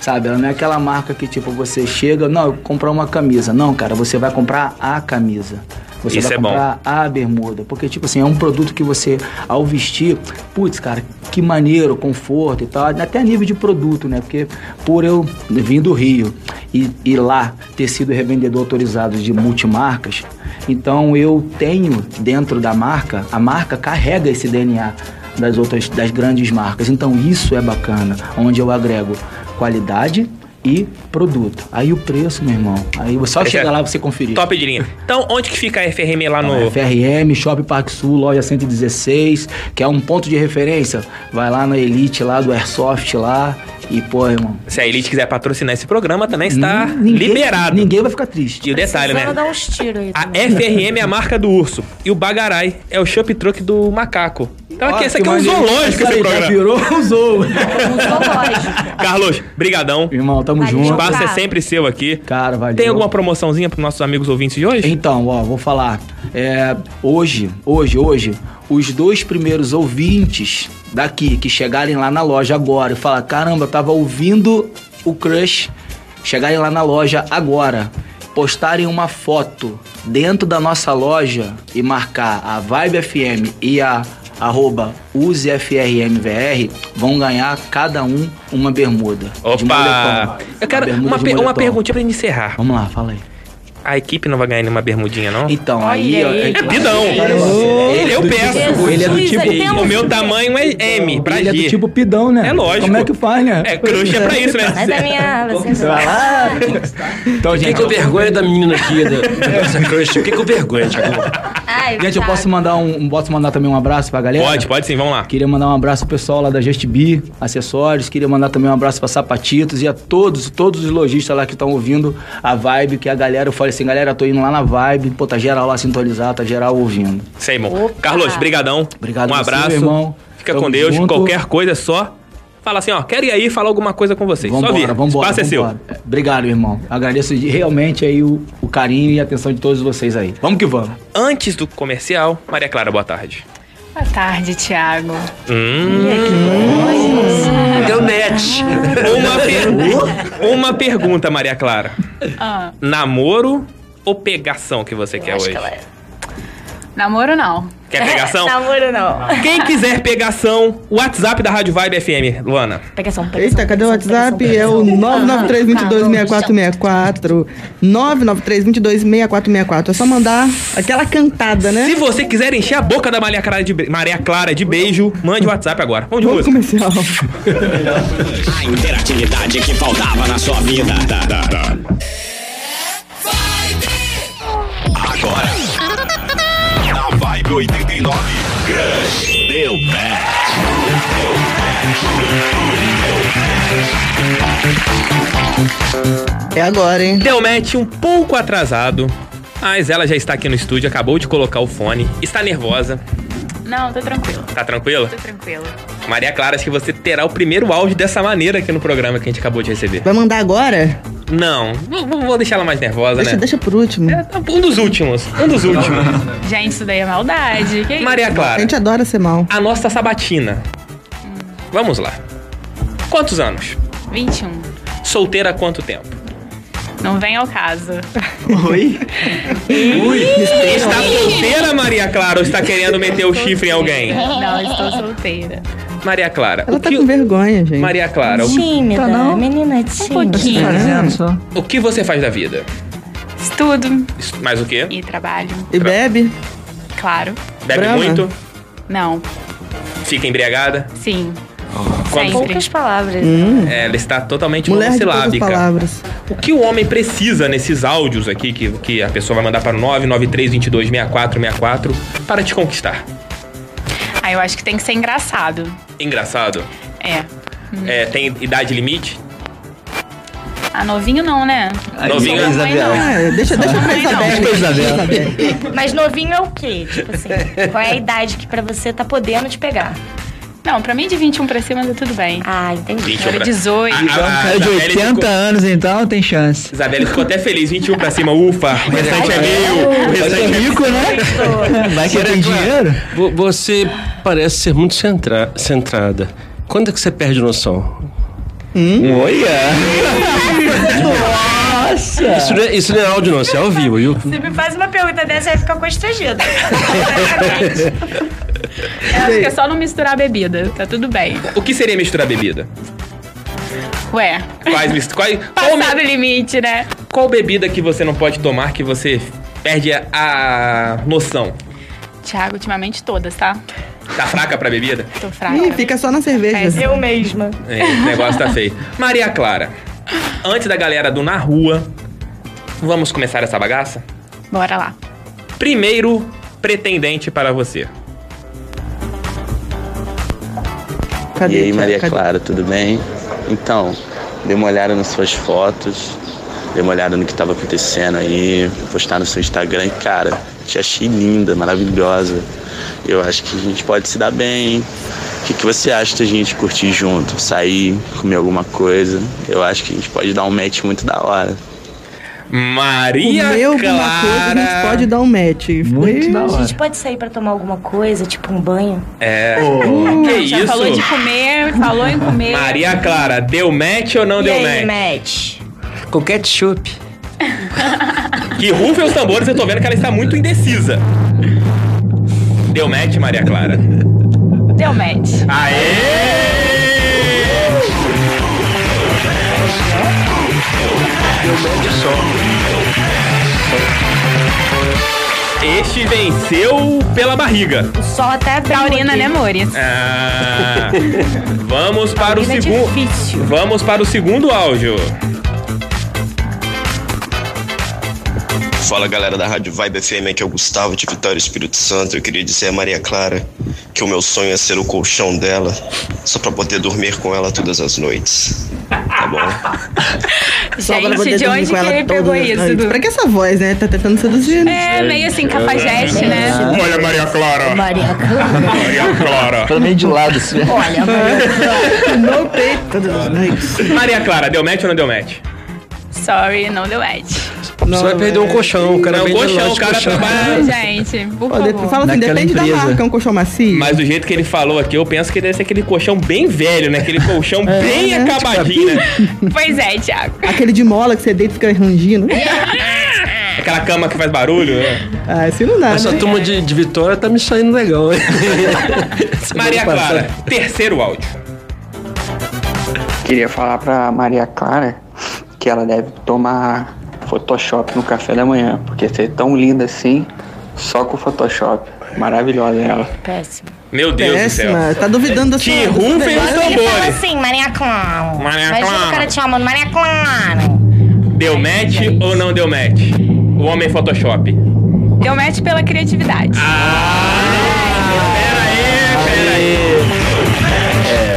Speaker 4: Sabe? Ela não é aquela marca que, tipo, você chega, não, eu vou comprar uma camisa. Não, cara, você vai comprar a camisa. Você
Speaker 2: Isso
Speaker 4: vai
Speaker 2: é bom.
Speaker 4: comprar a bermuda. Porque, tipo assim, é um produto que você, ao vestir, putz, cara, que maneiro, conforto e tal. Até a nível de produto, né? Porque por eu vir do Rio e, e lá ter sido revendedor autorizado de multimarcas, então eu tenho dentro da marca, a marca carrega esse DNA das outras, das grandes marcas. Então isso é bacana, onde eu agrego qualidade e produto. Aí o preço, meu irmão. Aí só
Speaker 2: Esse
Speaker 4: chega
Speaker 2: é
Speaker 4: lá você conferir.
Speaker 2: Top de linha. Então, onde que fica a FRM lá
Speaker 4: Então,
Speaker 2: no.
Speaker 4: FRM, Shopping Parque Sul, loja 116, que é um ponto de referência. Vai lá na Elite lá do Airsoft lá e pô, irmão.
Speaker 2: Se a Elite quiser patrocinar esse programa, também está
Speaker 4: nin- ninguém-
Speaker 2: liberado.
Speaker 4: Ninguém vai ficar triste.
Speaker 2: E o detalhe, né?
Speaker 7: Precisando dar uns tiros aí.
Speaker 2: A
Speaker 7: também.
Speaker 2: FRM é a marca do urso. E o Bagarai é o Shop Truck do macaco. Então aqui, esse aqui é um zoológico esse
Speaker 4: Já
Speaker 2: programa.
Speaker 4: virou um zoo.
Speaker 7: Um zoológico.
Speaker 2: Carlos, brigadão.
Speaker 4: irmão, tamo
Speaker 7: Valeu.
Speaker 4: junto.
Speaker 2: espaço é
Speaker 7: Obrigado.
Speaker 2: sempre seu aqui.
Speaker 4: Cara, valeu.
Speaker 2: Tem alguma promoçãozinha pros nossos amigos ouvintes de hoje?
Speaker 4: Então, ó, vou falar. É, hoje, hoje, hoje, os dois primeiros ouvintes daqui que chegarem lá na loja agora e falar, caramba, eu tava ouvindo o Crush, chegarem lá na loja agora, postarem uma foto dentro da nossa loja e marcar a Vibe FM e a arroba usefrmvr vão ganhar cada um uma bermuda. de
Speaker 2: Opa!
Speaker 4: moletom.
Speaker 2: Eu quero
Speaker 4: bermuda
Speaker 2: uma,
Speaker 4: é de
Speaker 2: per- uma
Speaker 4: moletom.
Speaker 2: perguntinha pra gente encerrar.
Speaker 4: Vamos lá, fala aí.
Speaker 2: A equipe não vai ganhar nenhuma bermudinha, não?
Speaker 4: Então,
Speaker 7: Olha
Speaker 4: aí... ó,
Speaker 7: aí.
Speaker 4: é-
Speaker 7: É
Speaker 2: Bidão.
Speaker 4: Ele
Speaker 2: Eu peço.
Speaker 4: Ele é do tipo...
Speaker 7: Jesus, um
Speaker 2: O meu tamanho é M, pra
Speaker 4: Ele é do
Speaker 2: G.
Speaker 4: tipo pidão, né?
Speaker 2: É lógico.
Speaker 4: Como é que faz, né?
Speaker 2: É, crush é pra isso,
Speaker 7: Mas
Speaker 2: né?
Speaker 7: a minha. Você
Speaker 4: Vai lá. Então,
Speaker 5: Fiquei
Speaker 4: gente...
Speaker 5: com é vergonha da menina aqui, da, dessa crush. Fiquei com é vergonha, Thiago.
Speaker 7: Ai,
Speaker 4: Gente, eu
Speaker 7: tá.
Speaker 4: posso mandar um, posso mandar também um abraço pra galera?
Speaker 2: Pode, pode sim, vamos lá.
Speaker 4: Queria mandar um abraço pro pessoal lá da GestB, acessórios. Queria mandar também um abraço pra Sapatitos e a todos, todos os lojistas lá que estão ouvindo a vibe, que a galera, eu falei assim, galera, tô indo lá na vibe, pô, tá geral lá sintonizado, tá geral ouvindo.
Speaker 2: Sei, irmão.
Speaker 4: Ah.
Speaker 2: Carlos, brigadão.
Speaker 4: Obrigado
Speaker 2: Um
Speaker 4: você,
Speaker 2: abraço.
Speaker 4: meu irmão.
Speaker 2: Fica
Speaker 4: Tamo
Speaker 2: com Deus.
Speaker 4: junto.
Speaker 2: Qualquer coisa é só. Fala assim, ó. Quero ir aí falar alguma coisa com vocês. só vir.
Speaker 4: Vambora, vambora.
Speaker 2: Espaço é seu.
Speaker 4: vambora. É, Obrigado, irmão. Agradeço de- realmente aí o, o carinho e a atenção de todos vocês aí. Vamos que vamos.
Speaker 2: Antes do comercial, Maria Clara, boa tarde.
Speaker 10: Boa tarde, Thiago.
Speaker 2: Hum.
Speaker 5: Deu net.
Speaker 2: Uma, per- uma pergunta, Maria Clara.
Speaker 10: Ah,
Speaker 2: Namoro ou pegação que você quer hoje?
Speaker 10: namoro não.
Speaker 2: Quer pegação?
Speaker 7: Namoro não.
Speaker 2: Quem quiser pegação, o WhatsApp da Rádio Vibe FM, Luana.
Speaker 7: Pegação, pegação.
Speaker 6: Eita, cadê o
Speaker 7: tá
Speaker 6: WhatsApp? É o 993226464. 993226464. É só mandar aquela cantada,
Speaker 2: Se
Speaker 6: né?
Speaker 2: você quiser encher a boca da Maria Clara de, be- Maria Clara de beijo, mande o WhatsApp agora. Vamos de
Speaker 6: Vamos
Speaker 2: música.
Speaker 6: comercial.
Speaker 1: A interatividade que faltava na sua vida. Da, da, da. Agora. Na Vibe 89. Crush. Deu pé.
Speaker 6: É agora, hein?
Speaker 2: Deu match um pouco atrasado, mas ela já está aqui no estúdio, acabou de colocar o fone, está nervosa.
Speaker 10: Não, tô tranquilo.
Speaker 2: Tá tranquila?
Speaker 10: Tô tranquilo.
Speaker 2: Maria Clara, acho que você terá o primeiro áudio dessa maneira aqui no programa que a gente acabou de receber.
Speaker 6: Vai mandar agora?
Speaker 2: Não, vou- vou vou deixar ela mais nervosa,
Speaker 6: Deixa,
Speaker 2: né?
Speaker 6: deixa por último.
Speaker 2: É, tá, Um dos últimos, um dos últimos.
Speaker 10: Gente, isso daí é maldade. Que isso?
Speaker 2: Maria
Speaker 6: A
Speaker 2: Clara,
Speaker 6: gente adora ser mal.
Speaker 2: a nossa sabatina. Vamos lá. Quantos anos?
Speaker 10: 21.
Speaker 2: Solteira há quanto tempo?
Speaker 10: Não vem ao caso.
Speaker 4: Oi?
Speaker 2: Está solteira, Maria Clara, ou está querendo meter o chifre em alguém?
Speaker 10: Não, estou solteira.
Speaker 2: Maria Clara,
Speaker 6: Ela
Speaker 2: o
Speaker 6: tá
Speaker 2: que...
Speaker 6: com vergonha, gente. Tá
Speaker 2: Maria Clara, o
Speaker 7: Tímida.
Speaker 10: Tá
Speaker 7: Menina é
Speaker 10: Um
Speaker 7: tímida.
Speaker 2: O que você faz da vida?
Speaker 10: Estudo
Speaker 2: Isso- Mais o quê?
Speaker 10: e trabalho,
Speaker 6: E bebe?
Speaker 10: claro.
Speaker 2: Bebe
Speaker 6: Brahma.
Speaker 2: muito?
Speaker 10: Não,
Speaker 2: Fica embriagada?
Speaker 10: sim.
Speaker 2: Quando
Speaker 10: Sempre.
Speaker 7: Poucas palavras.
Speaker 2: ela está totalmente
Speaker 6: Hum. Mulher de todas as
Speaker 2: monossilábica.
Speaker 6: palavras.
Speaker 2: O que o homem precisa nesses áudios aqui que, que a pessoa vai mandar para o 993226464 para te conquistar?
Speaker 10: Ah, eu acho que tem que ser engraçado.
Speaker 2: Engraçado.
Speaker 10: É.
Speaker 2: É, tem idade limite?
Speaker 10: Ah, novinho não, né?
Speaker 2: Ai, Novinho
Speaker 10: Não,
Speaker 2: é
Speaker 10: mãe, não.
Speaker 6: É, deixa, deixa pra Isabelle.
Speaker 4: Deixa pra Isabelle.
Speaker 7: Mas novinho é o quê? Tipo assim, qual é a idade que pra você tá podendo te pegar?
Speaker 10: Não, pra mim de 21 pra cima tá tudo bem.
Speaker 7: Ah, entendi.
Speaker 2: 21 pra-
Speaker 7: é
Speaker 10: 18.
Speaker 2: Ah,
Speaker 10: Então,
Speaker 2: ah,
Speaker 10: cara,
Speaker 2: ah,
Speaker 11: Cara de
Speaker 2: Isabelle
Speaker 11: 80
Speaker 2: ficou-
Speaker 11: anos, então tem chance.
Speaker 2: Isabelle Tá ficou até feliz, 21 pra cima, ufa, o
Speaker 5: tá
Speaker 2: restante é meu, o
Speaker 11: Vai ser
Speaker 2: restante é
Speaker 11: rico, né? Vai que
Speaker 5: Agora,
Speaker 11: tem
Speaker 5: Clara,
Speaker 11: dinheiro.
Speaker 5: vo- Você parece ser muito centra- centrada. Quando é que você perde noção?
Speaker 2: ah,
Speaker 11: Olha! Nossa!
Speaker 5: Isso não, é, isso não é áudio, não, isso é ao vivo, viu?
Speaker 7: Você me faz uma pergunta dessa, eu ia ficar constrangida.
Speaker 10: eu acho que é só não misturar a bebida, tá tudo bem.
Speaker 2: O que seria misturar bebida?
Speaker 10: Ué,
Speaker 2: Quais, mis- quais, qual,
Speaker 10: passado o limite, né?
Speaker 2: qual bebida que você não pode tomar que você perde a, a noção?
Speaker 10: Tiago, ultimamente todas, tá?
Speaker 2: Tá fraca pra bebida?
Speaker 10: Tô fraca.
Speaker 6: Ih, fica só na cerveja.
Speaker 7: Eu mesma.
Speaker 2: É, o negócio tá feio. Maria Clara, antes da galera do Na Rua, vamos começar essa bagaça?
Speaker 10: Bora lá.
Speaker 2: Primeiro pretendente para você.
Speaker 12: E
Speaker 6: Cadê,
Speaker 12: aí,
Speaker 6: Thiago?
Speaker 12: Maria
Speaker 6: Cadê?
Speaker 12: Clara, tudo bem? Então, dei uma olhada nas suas fotos, dei uma olhada no que estava acontecendo aí, postar no seu Instagram e, cara, te achei linda, maravilhosa. Eu acho que a gente pode se dar bem. hein? O que, que você acha da gente curtir junto? Sair, comer alguma coisa? Eu acho que a gente pode dar um match muito da hora.
Speaker 2: Maria
Speaker 6: Comeu alguma coisa,
Speaker 2: Clara.
Speaker 6: a gente pode dar um match.
Speaker 11: Muito da
Speaker 7: A
Speaker 11: hora.
Speaker 7: gente pode sair pra tomar alguma coisa, tipo um banho?
Speaker 2: É.
Speaker 7: Oh.
Speaker 2: que
Speaker 10: Já
Speaker 2: isso?
Speaker 10: falou de comer, falou em comer.
Speaker 2: Maria Clara, deu match ou não
Speaker 7: e
Speaker 2: deu
Speaker 7: aí,
Speaker 2: match?
Speaker 7: match?
Speaker 5: Com ketchup.
Speaker 2: Que rufem os tambores, eu tô vendo que ela está muito indecisa. Deu match, Maria Clara.
Speaker 10: Deu match.
Speaker 2: Aê! Este venceu pela barriga.
Speaker 7: O sol até abriu
Speaker 10: Taurina,
Speaker 7: aqui.
Speaker 10: né, amores?
Speaker 2: Ah, vamos para o
Speaker 7: Taurina é
Speaker 2: segundo.
Speaker 7: difícil.
Speaker 2: Vamos para o segundo áudio.
Speaker 13: Fala galera da Rádio Vibe FM, aqui é o Gustavo de Vitória Espírito Santo. Eu queria dizer a Maria Clara que o meu sonho é ser o colchão dela, só pra poder dormir com ela todas as noites. Tá bom?
Speaker 6: Só agora eu vou
Speaker 10: Gente, de
Speaker 6: dormir
Speaker 10: onde
Speaker 6: com
Speaker 10: que
Speaker 6: ela
Speaker 10: ele
Speaker 6: todas
Speaker 10: pegou
Speaker 6: as
Speaker 10: isso?
Speaker 6: noites.
Speaker 10: Du?
Speaker 6: Pra que essa voz, né? Tá tentando seduzir. né?
Speaker 10: É, meio assim, cafajeste, né?
Speaker 2: Olha, Maria Clara.
Speaker 3: Maria Clara.
Speaker 2: Maria Clara.
Speaker 11: Pelo meio de lado, assim.
Speaker 3: Olha, Maria Clara.
Speaker 6: É, No peito todas as noites.
Speaker 2: Maria Clara, deu match ou não deu match?
Speaker 10: Sorry, não deu match.
Speaker 5: Você vai perder
Speaker 6: é
Speaker 5: um colchão, o cara
Speaker 2: Não,
Speaker 5: vende
Speaker 2: colchão,
Speaker 5: lote
Speaker 2: o cara
Speaker 5: colchão.
Speaker 2: trabalha-
Speaker 7: é.
Speaker 10: Gente, por
Speaker 6: Ó, de-
Speaker 10: favor.
Speaker 6: Fala assim,
Speaker 11: Naquela
Speaker 6: depende da
Speaker 11: empresa.
Speaker 6: marca, é um colchão macio.
Speaker 2: Mas do jeito que ele falou aqui, eu penso que deve ser aquele colchão bem velho, né? Aquele colchão bem
Speaker 6: né?
Speaker 2: acabadinho, né?
Speaker 10: Pois é, Tiago.
Speaker 6: Aquele de mola que você deita e fica né? rangindo.
Speaker 2: Aquela cama que faz barulho, né?
Speaker 6: Ah, assim não dá,
Speaker 5: Essa
Speaker 6: né?
Speaker 5: turma de, de Vitória tá me saindo legal, hein?
Speaker 2: Maria
Speaker 5: Semana passada.
Speaker 2: Clara, terceiro áudio.
Speaker 14: Queria falar pra Maria Clara que ela deve tomar Photoshop no café da manhã, porque ser tão linda assim, só com Photoshop. Maravilhosa ela.
Speaker 7: Péssimo.
Speaker 2: Meu Deus do céu.
Speaker 6: Péssima. Tá duvidando da sua...
Speaker 2: Que rufem os
Speaker 7: Eu ia falar
Speaker 2: tambores.
Speaker 7: assim, Maria Clara.
Speaker 2: Maria
Speaker 7: Imagina
Speaker 2: Clara.
Speaker 7: o cara te chamando Maria Clara.
Speaker 2: Deu match ou não deu match? O homem Photoshop.
Speaker 10: Deu match pela criatividade.
Speaker 7: Ah.
Speaker 5: O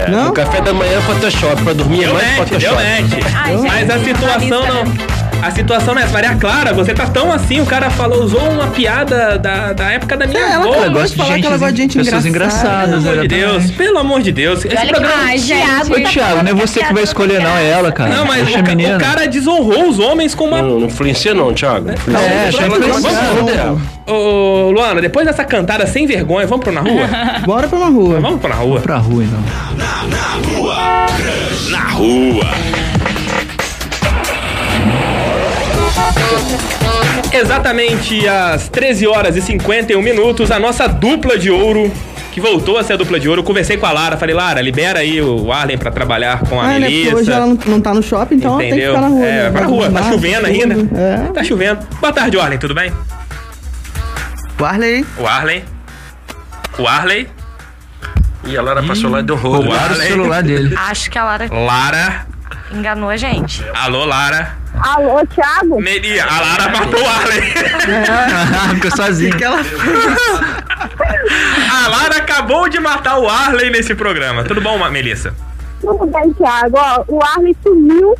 Speaker 6: Não?
Speaker 5: café da manhã é Photoshop, pra dormir é
Speaker 2: Deu
Speaker 5: mais
Speaker 2: match, deu
Speaker 5: Photoshop.
Speaker 2: match.
Speaker 10: Ai, gente,
Speaker 2: Mas a
Speaker 10: uma
Speaker 2: situação
Speaker 10: lista, né?
Speaker 2: não. A situação não é essa. Maria Clara, você tá tão assim, o cara falou, usou uma piada da, da época da minha
Speaker 6: É, Ela
Speaker 2: avó.
Speaker 11: Ela
Speaker 6: acabou de
Speaker 11: gosta de
Speaker 6: falar que
Speaker 11: gente, né?
Speaker 6: ela gosta de gente
Speaker 11: pessoas
Speaker 6: engraçada. né?
Speaker 11: engraçadas. né?
Speaker 2: Pelo amor de Deus, pelo amor de Deus. Esse
Speaker 7: olha que
Speaker 2: programa.
Speaker 7: mais, gente.
Speaker 11: Ô, Thiago,
Speaker 6: tá
Speaker 11: não é você que vai escolher, não, é ela, cara.
Speaker 2: Não, mas o,
Speaker 11: Deixa a
Speaker 2: ca-
Speaker 11: menina.
Speaker 2: o cara desonrou os homens com uma.
Speaker 5: Não, não influencia não, Thiago. Influencia.
Speaker 11: É,
Speaker 5: Deixa
Speaker 11: achei
Speaker 5: ela
Speaker 11: legal.
Speaker 5: gostar. Vamos dela.
Speaker 2: Ô, Luana, depois dessa cantada sem vergonha, vamos pro na rua?
Speaker 6: Bora pra uma rua.
Speaker 2: vamos pro na rua.
Speaker 11: Pra rua, então.
Speaker 1: Na rua.
Speaker 2: Exatamente às 13 horas e 51 minutos, a nossa dupla de ouro, que voltou a ser a dupla de ouro. Eu conversei com a Lara, falei, Lara, libera aí o Arlen pra trabalhar com a
Speaker 6: Ah, né? Porque
Speaker 2: Melissa.
Speaker 6: hoje ela não, não tá no shopping, então ela tem que
Speaker 2: Entendeu?
Speaker 6: ficar na rua.
Speaker 2: é,
Speaker 6: né?
Speaker 2: pra
Speaker 6: Vai
Speaker 2: rua, tá
Speaker 6: arrumar tudo.
Speaker 2: chovendo ainda.
Speaker 6: É.
Speaker 2: Tá chovendo. Boa tarde, Arlen, tudo bem?
Speaker 6: O Arley.
Speaker 2: O Arlen. O Arlen.
Speaker 5: E a Lara passou lá e deu rolo.
Speaker 11: Roubaram o celular dele.
Speaker 7: Acho que a Lara
Speaker 2: Lara.
Speaker 7: enganou a gente.
Speaker 2: Alô, Lara.
Speaker 15: Alô, Thiago?
Speaker 2: Melia, a Lara matou o Arlen.
Speaker 11: Ficou sozinho.
Speaker 6: Que ela fez?
Speaker 2: A Lara acabou de matar o Arley nesse programa. Tudo bom, Ma- Melissa?
Speaker 15: Tudo bem, Thiago. Ó, o Arley sumiu.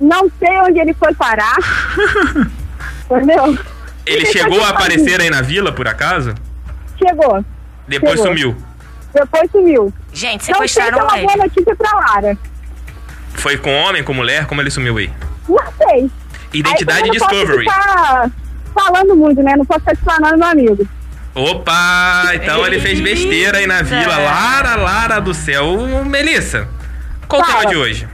Speaker 15: Não sei onde ele foi parar. Entendeu?
Speaker 2: Ele chegou a aparecer aí na vila, por acaso?
Speaker 15: Chegou.
Speaker 2: Depois
Speaker 15: Chegou.
Speaker 2: sumiu.
Speaker 15: Depois sumiu.
Speaker 7: Gente,
Speaker 15: sequestraram Não sei se é uma boa notícia pra Lara.
Speaker 2: Foi com homem, com mulher? Como ele sumiu aí?
Speaker 15: Não sei.
Speaker 2: Identidade
Speaker 15: Aí, eu não posso
Speaker 2: Discovery.
Speaker 15: ficar falando muito, né? Não posso estar explanando meu amigo.
Speaker 2: Opa, então ele fez besteira aí na vila. Lara, Lara do céu. Ô, Melissa, qual o
Speaker 15: Fala.
Speaker 2: tema de hoje?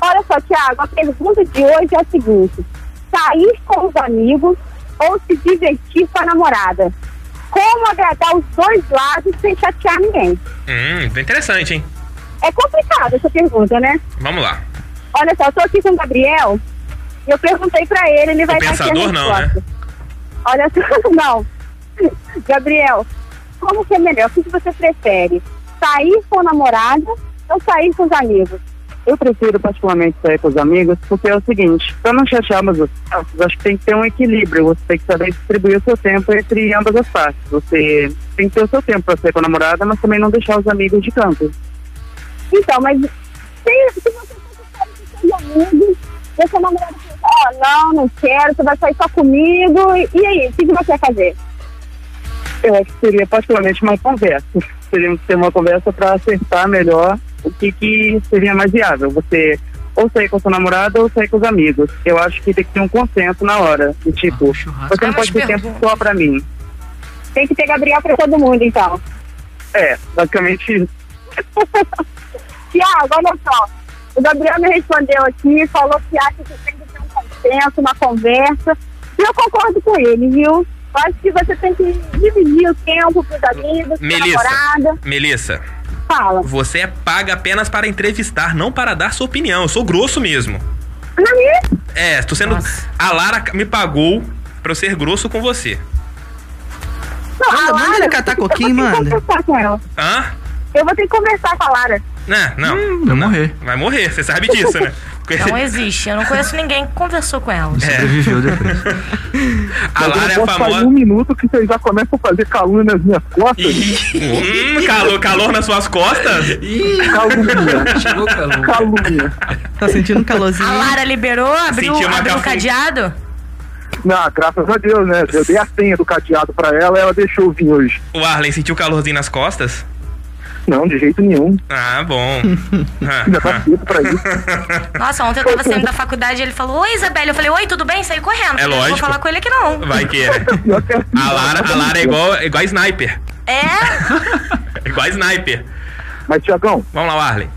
Speaker 15: Olha só, Thiago, a pergunta de hoje é a seguinte: sair com os amigos ou se divertir com a namorada? Como agradar os dois lados sem chatear ninguém?
Speaker 2: Hum, interessante, hein?
Speaker 15: É complicado essa pergunta, né?
Speaker 2: Vamos lá.
Speaker 15: Olha só, eu tô aqui com o Gabriel e eu perguntei pra ele, ele vai dar aqui a
Speaker 2: Pensador não,
Speaker 15: resposta.
Speaker 2: né?
Speaker 15: Olha só, não. Gabriel, como que é melhor? O que que você prefere? Sair com o namorado ou sair com os amigos?
Speaker 16: Eu prefiro particularmente sair com os amigos, porque é o seguinte, pra não chatear ambas as partes, acho que tem que ter um equilíbrio, você tem que saber distribuir o seu tempo entre ambas as partes. Você tem que ter o seu tempo pra sair com a namorada, mas também não deixar os amigos de canto.
Speaker 15: Então, mas se, se você for sair com seus amigos, e seu namorado fala, ó, não, não quero, você vai sair só comigo. E, e aí, o que, que você vai fazer?
Speaker 16: Eu acho que seria particularmente uma conversa. Teríamos que ter uma conversa pra acertar melhor o que, que seria mais viável. Você ou sair com sua namorada ou sair com os amigos. Eu acho que tem que ter um consenso na hora. E, tipo, você não pode ter tempo só pra mim.
Speaker 15: Tem que ter Gabriel pra todo mundo, então.
Speaker 16: É, basicamente isso.
Speaker 15: Tiago, olha só. O Gabriel me respondeu aqui, falou que acha que tem que ter um consenso, uma conversa. E eu concordo com ele, viu? Eu acho que você tem que dividir o tempo pros amigos, com a
Speaker 2: Melissa.
Speaker 15: namorada.
Speaker 2: Melissa,
Speaker 15: Fala.
Speaker 2: você é paga apenas para entrevistar, não para dar sua opinião. Eu sou grosso mesmo. É, tô sendo. A Lara me pagou pra eu ser grosso com você.
Speaker 6: Não, manda, manda ele catar
Speaker 2: Um,
Speaker 6: coquinho, manda.
Speaker 15: Conversar com ela.
Speaker 2: né? Hã?
Speaker 15: Eu vou ter que conversar com a Lara.
Speaker 2: Né? Não. vai morrer. Vai morrer, você sabe disso, né?
Speaker 7: Não existe. Eu não conheço ninguém que conversou com ela.
Speaker 2: Sobreviveu
Speaker 11: depois.
Speaker 2: A
Speaker 16: eu
Speaker 2: Lara
Speaker 16: não
Speaker 2: é
Speaker 16: posso
Speaker 2: famosa.
Speaker 16: sair um minuto que vocês já começam a fazer calúnia nas minhas costas.
Speaker 2: Hum, calor, calor nas suas costas?
Speaker 16: calúnia.
Speaker 2: Chegou calor.
Speaker 16: calúnia.
Speaker 6: Tá sentindo um calorzinho?
Speaker 7: A Lara liberou, abriu,
Speaker 16: Sentiu uma
Speaker 7: abriu o
Speaker 16: cafu-
Speaker 7: cadeado?
Speaker 16: Não, graças a Deus, né? Eu dei a senha do cadeado pra ela ela deixou eu vir hoje.
Speaker 2: O Arlen sentiu calorzinho nas costas?
Speaker 16: Não, de jeito nenhum.
Speaker 2: Ah, bom. Ah,
Speaker 16: Ainda tá
Speaker 2: ah.
Speaker 16: cedo pra isso.
Speaker 7: Nossa, ontem eu tava saindo da faculdade e ele falou: Oi, Isabelle. Eu falei: Oi, tudo bem? Saí correndo.
Speaker 2: É
Speaker 7: Eu Não vou
Speaker 2: lógico.
Speaker 7: falar com ele aqui não.
Speaker 2: Vai que é. A Lara, a Lara é igual, é igual a sniper. É? igual a sniper.
Speaker 16: Mas, Tiagão.
Speaker 2: Vamos lá, Arlen.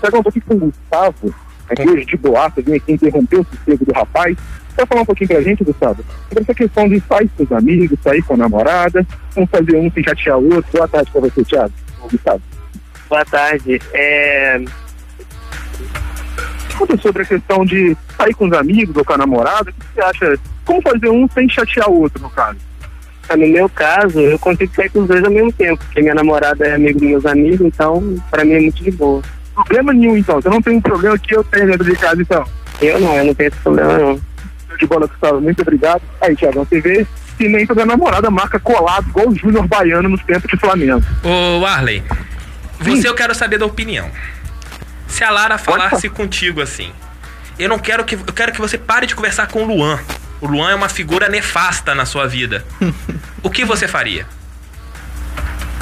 Speaker 16: Tiagão, tô aqui com o Gustavo, aqui hoje de boaça, vim aqui interromper o sossego do rapaz. Quer falar um pouquinho pra gente, Gustavo? Sobre essa questão de sair com os amigos, sair com a namorada, um fazer um, se chatear o outro. Boa tarde pra você, Thiago. Ô, Gustavo.
Speaker 17: Boa tarde. É,
Speaker 16: Conta sobre a questão de sair com os amigos ou com a namorada. O que você acha? Como fazer um sem chatear o outro, no caso?
Speaker 17: Ah, no meu caso, eu consigo sair com os dois ao mesmo tempo, porque minha namorada é amigo dos meus amigos, então pra mim é muito de boa.
Speaker 16: Problema nenhum, então. Você não tem um problema que eu tenho dentro de casa, então.
Speaker 17: Eu não, eu não tenho esse problema, não.
Speaker 16: Show de bola, Gustavo. Muito obrigado. Aí, Tiagão, você vê se nem toda namorada marca colado, igual o Júnior Baiano nos tempos de Flamengo.
Speaker 2: Ô, Arley, você eu quero saber da opinião. Se a Lara falasse contigo assim, eu não quero que. Eu quero que você pare de conversar com o Luan. O Luan é uma figura nefasta na sua vida. O que você faria?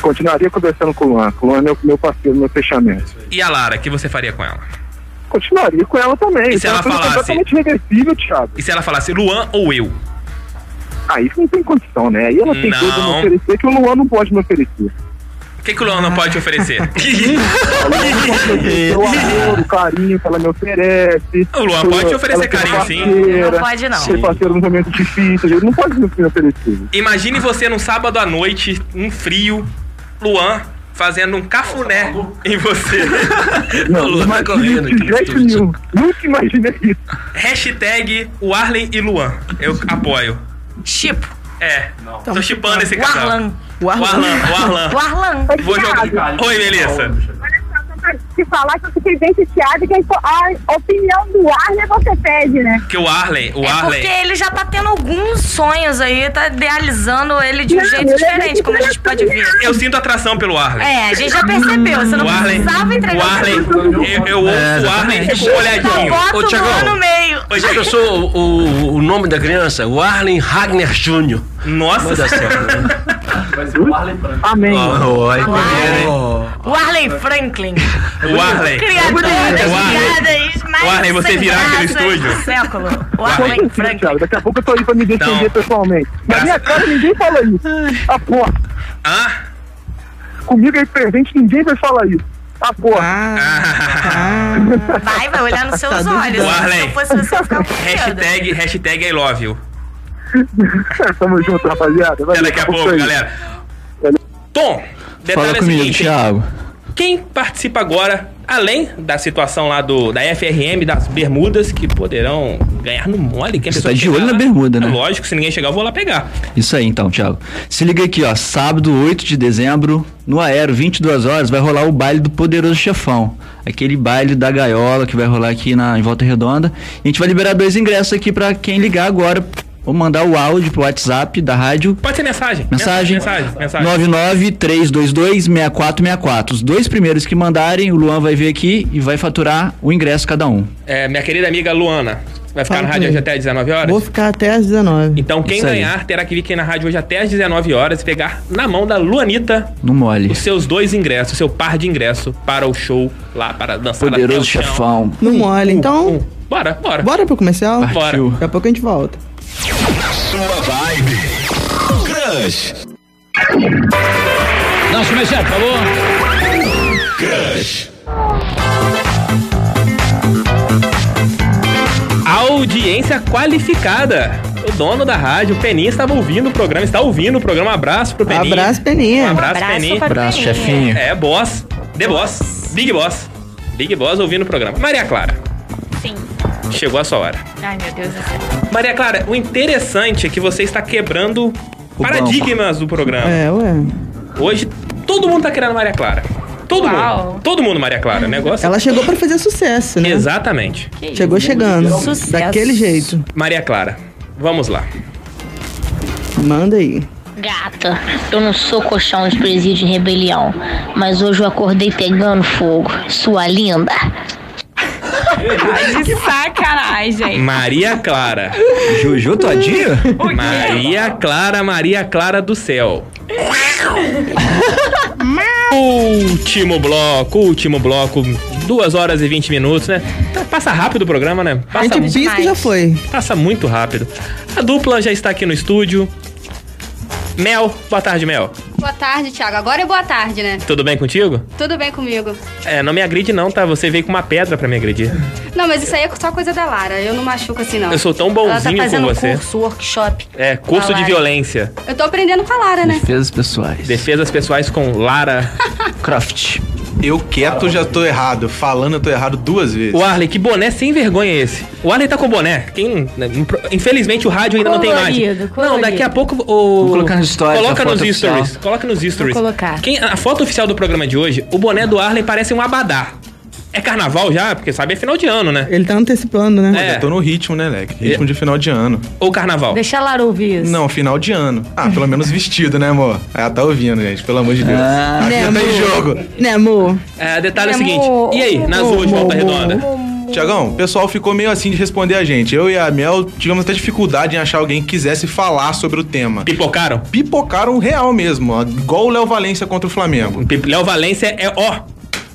Speaker 16: Continuaria conversando com o Luan. O Luan é meu, meu parceiro, meu fechamento.
Speaker 2: E a Lara, o que você faria com ela?
Speaker 16: Continuaria com ela também.
Speaker 2: E se
Speaker 16: Então,
Speaker 2: ela
Speaker 16: é uma coisa
Speaker 2: falasse?
Speaker 16: completamente reversível, Thiago.
Speaker 2: E se ela falasse Luan ou eu?
Speaker 16: Ah, isso não tem condição, né? Aí ela tem
Speaker 2: Não.
Speaker 16: coisa a me oferecer que o Luan não pode me oferecer.
Speaker 2: O que, que o Luan não pode te oferecer?
Speaker 16: o amor, o carinho que ela me oferece.
Speaker 2: O Luan pode te oferecer
Speaker 16: Ela que é
Speaker 2: carinho, sim.
Speaker 16: parceira,
Speaker 2: Não pode, não.
Speaker 16: Ser parceiro num momento difícil. Ele não pode me oferecer.
Speaker 2: Imagine você num sábado à noite, um frio, Luan fazendo um cafuné em você.
Speaker 16: Não, imagina de jeito nenhum. Nunca imaginei isso.
Speaker 2: Hashtag o Arlen e Luan. Eu apoio. Chip. É. Tô chipando esse
Speaker 7: Então, O
Speaker 2: casal.
Speaker 7: Arlan.
Speaker 2: O Arlan. O Arlan.
Speaker 7: O Arlan.
Speaker 2: Vou jogar. Oi, Melissa.
Speaker 15: de falar que eu fiquei bem chateada, que a opinião do Arlen você pede, né?
Speaker 2: Porque o Arlen, o
Speaker 7: é
Speaker 2: Arlen.
Speaker 7: porque ele já tá tendo alguns sonhos aí, tá idealizando ele de um
Speaker 15: Não,
Speaker 7: jeito
Speaker 15: ele é
Speaker 7: diferente, como a gente pode ver.
Speaker 2: Eu sinto atração pelo Arlen.
Speaker 7: É, a gente já percebeu, você não
Speaker 2: O Arlen-
Speaker 7: precisava entregar
Speaker 2: o Arlen, eu, eu
Speaker 11: É,
Speaker 2: ouço o
Speaker 7: Ah,
Speaker 2: Arlen e fico com um olhadinho.
Speaker 7: é Bota o Luan no meio.
Speaker 5: Hoje eu sou o, o- o nome da criança, o Arlen Ragnar Jr.
Speaker 2: Nossa
Speaker 16: Amém.
Speaker 2: né?
Speaker 7: O Arlen Franklin.
Speaker 2: O Arlen.
Speaker 7: Criador das
Speaker 2: O Arlen.
Speaker 7: piadas mais
Speaker 2: O Arlen, você
Speaker 7: sem
Speaker 2: virar aquele
Speaker 7: graças
Speaker 2: estúdio.
Speaker 7: do século. O
Speaker 16: Só um
Speaker 7: Arlen
Speaker 16: pouquinho, Thiago, Daqui a pouco eu tô aí pra me defender pessoalmente. Na minha cara ninguém fala isso. A porra. Comigo aí presente ninguém vai falar isso. A porra.
Speaker 2: Ah.
Speaker 7: Vai, vai olhar nos seus
Speaker 16: Tá
Speaker 7: olhos.
Speaker 16: duvidando.
Speaker 7: né? Se eu fosse você, eu ficava com medo.
Speaker 2: Hashtag, hashtag I love you.
Speaker 16: Tamo junto, rapaziada. Valeu,
Speaker 2: Até daqui a
Speaker 16: é isso
Speaker 2: pouco,
Speaker 16: aí.
Speaker 2: galera. Tom, detalhe
Speaker 11: Fala
Speaker 2: é o
Speaker 11: comigo,
Speaker 2: seguinte,
Speaker 11: Thiago.
Speaker 2: Quem participa agora, além da situação lá do, da FRM, das bermudas, que poderão ganhar no mole. Quem é a
Speaker 11: Você
Speaker 2: pessoa
Speaker 11: tá de
Speaker 2: chegar
Speaker 11: olho
Speaker 2: lá,
Speaker 11: na bermuda, né?
Speaker 2: É Lógico, se ninguém chegar, eu vou lá pegar.
Speaker 11: Isso aí então, Thiago. Se liga aqui, ó. Sábado, 8 de dezembro, no Aero, 22 horas, vai rolar o baile do Poderoso Chefão. Aquele baile da gaiola que vai rolar aqui na, em Volta Redonda. E a gente vai liberar dois ingressos aqui pra quem ligar agora. Vou mandar o áudio pro WhatsApp da rádio.
Speaker 2: Pode ser mensagem.
Speaker 11: Mensagem.
Speaker 2: Mensagem, mensagem.
Speaker 11: 993226464. Os dois primeiros que mandarem, o Luan vai vir aqui e vai faturar o ingresso cada um.
Speaker 2: É, minha querida amiga Luana, você vai ficar
Speaker 6: Fala
Speaker 2: na
Speaker 6: comigo.
Speaker 2: rádio hoje até às 19 horas?
Speaker 6: Vou ficar até às 19.
Speaker 2: Então quem
Speaker 6: Isso aí.
Speaker 2: ganhar terá que vir aqui na rádio hoje até às 19 horas e pegar na mão da Luanita
Speaker 11: No mole.
Speaker 2: os seus dois ingressos, seu par de ingresso para o show lá, para dançar até o
Speaker 11: Poderoso
Speaker 2: chão. Uh.
Speaker 11: Chefão.
Speaker 6: Não mole, então.
Speaker 2: Bora, um, bora.
Speaker 6: Bora pro comercial?
Speaker 2: Partiu.
Speaker 6: Daqui a pouco a gente volta.
Speaker 1: Sua vibe. Crush.
Speaker 18: Nosso comercial, por favor.
Speaker 1: Crush.
Speaker 2: Audiência qualificada. O dono da rádio, o Peninha, estava ouvindo o programa, está ouvindo o programa. Abraço pro Peninha.
Speaker 6: Abraço, Peninha.
Speaker 2: Um abraço,
Speaker 6: Abraço
Speaker 2: Peninha.
Speaker 6: pra Abraço, Peninha. chefinho.
Speaker 2: É, boss. The boss. Big boss. Big boss ouvindo o programa. Maria Clara,
Speaker 10: Sim.
Speaker 2: chegou a sua hora.
Speaker 10: Ai, meu Deus do céu.
Speaker 2: Maria Clara, o interessante é que você está quebrando paradigmas do programa.
Speaker 6: É, ué.
Speaker 2: Hoje, todo mundo tá querendo Maria Clara. Todo mundo. Todo mundo Maria Clara. O negócio
Speaker 6: Ela chegou pra fazer sucesso, né?
Speaker 2: Exatamente.
Speaker 6: Chegou chegando. Daquele jeito.
Speaker 2: Maria Clara, vamos lá.
Speaker 6: Manda aí.
Speaker 19: Gata, eu não sou colchão de presídio e rebelião, mas hoje eu acordei pegando fogo. Sua linda.
Speaker 10: Ai, de sacanagem.
Speaker 2: Maria Clara.
Speaker 11: Juju todinho?
Speaker 2: Maria Clara, Maria Clara do céu. último bloco, último bloco. Duas horas e 20 minutos, né? Tá- Passa rápido o programa, né?
Speaker 6: A
Speaker 2: Passa
Speaker 6: gente pisca e já foi.
Speaker 2: Passa muito rápido. A dupla já está aqui no estúdio. Mel, boa tarde, Mel.
Speaker 20: Boa tarde, Thiago. Agora é boa tarde, né?
Speaker 2: Tudo bem contigo?
Speaker 20: Tudo bem comigo.
Speaker 2: É, não me agride não, tá? Você veio com uma pedra pra me agredir.
Speaker 20: Não, mas isso aí é só coisa da Lara. Eu não machuco assim,
Speaker 6: Tá.
Speaker 20: não.
Speaker 2: Eu sou tão
Speaker 20: Ela
Speaker 2: bonzinho com você.
Speaker 20: workshop.
Speaker 2: É,
Speaker 6: Tá
Speaker 2: curso de
Speaker 20: Falar.
Speaker 2: violência.
Speaker 20: Eu tô aprendendo com a Lara, né?
Speaker 11: Defesas pessoais.
Speaker 2: Defesas pessoais com Lara
Speaker 11: Croft.
Speaker 21: Eu quieto já tô errado. Falando eu tô errado duas vezes.
Speaker 2: O Arley, que boné sem vergonha é esse? O Arley tá com boné. Quem, né, impro- infelizmente o rádio ainda não tem imagem.
Speaker 22: Colorido,
Speaker 2: Não, daqui a
Speaker 22: colorido.
Speaker 2: pouco o...
Speaker 11: Vou colocar nos stories,
Speaker 2: Coloca
Speaker 11: a
Speaker 2: nos
Speaker 11: foto
Speaker 2: stories.
Speaker 11: oficial.
Speaker 2: Coloca nos stories.
Speaker 22: Vou colocar.
Speaker 2: Quem, a foto oficial do programa de hoje, o boné do Arley parece um abadá. É carnaval já? Porque sabe, é final de ano, né?
Speaker 6: Ele tá antecipando, né?
Speaker 21: Eu tô no ritmo, né, Leque? Ritmo de final de ano.
Speaker 2: É. Ou carnaval?
Speaker 22: Deixa a Lara ouvir isso.
Speaker 21: Não, final de ano. Ah, pelo menos vestido, né, amor? Ela tá ouvindo, gente. Pelo amor de Deus.
Speaker 6: Ah,
Speaker 21: Ah,
Speaker 6: né,
Speaker 21: Aqui tá em
Speaker 6: amor?
Speaker 21: jogo.
Speaker 6: Né, amor?
Speaker 2: É, detalhe é o seguinte. E aí, nas ruas de Volta Redonda?
Speaker 21: Tiagão, o pessoal ficou meio assim de responder a gente. Eu e a Mel tivemos até dificuldade em achar alguém que quisesse falar sobre o tema.
Speaker 2: Pipocaram?
Speaker 21: Pipocaram real mesmo, ó, igual o Léo Valência contra o Flamengo.
Speaker 2: Léo Valência é ó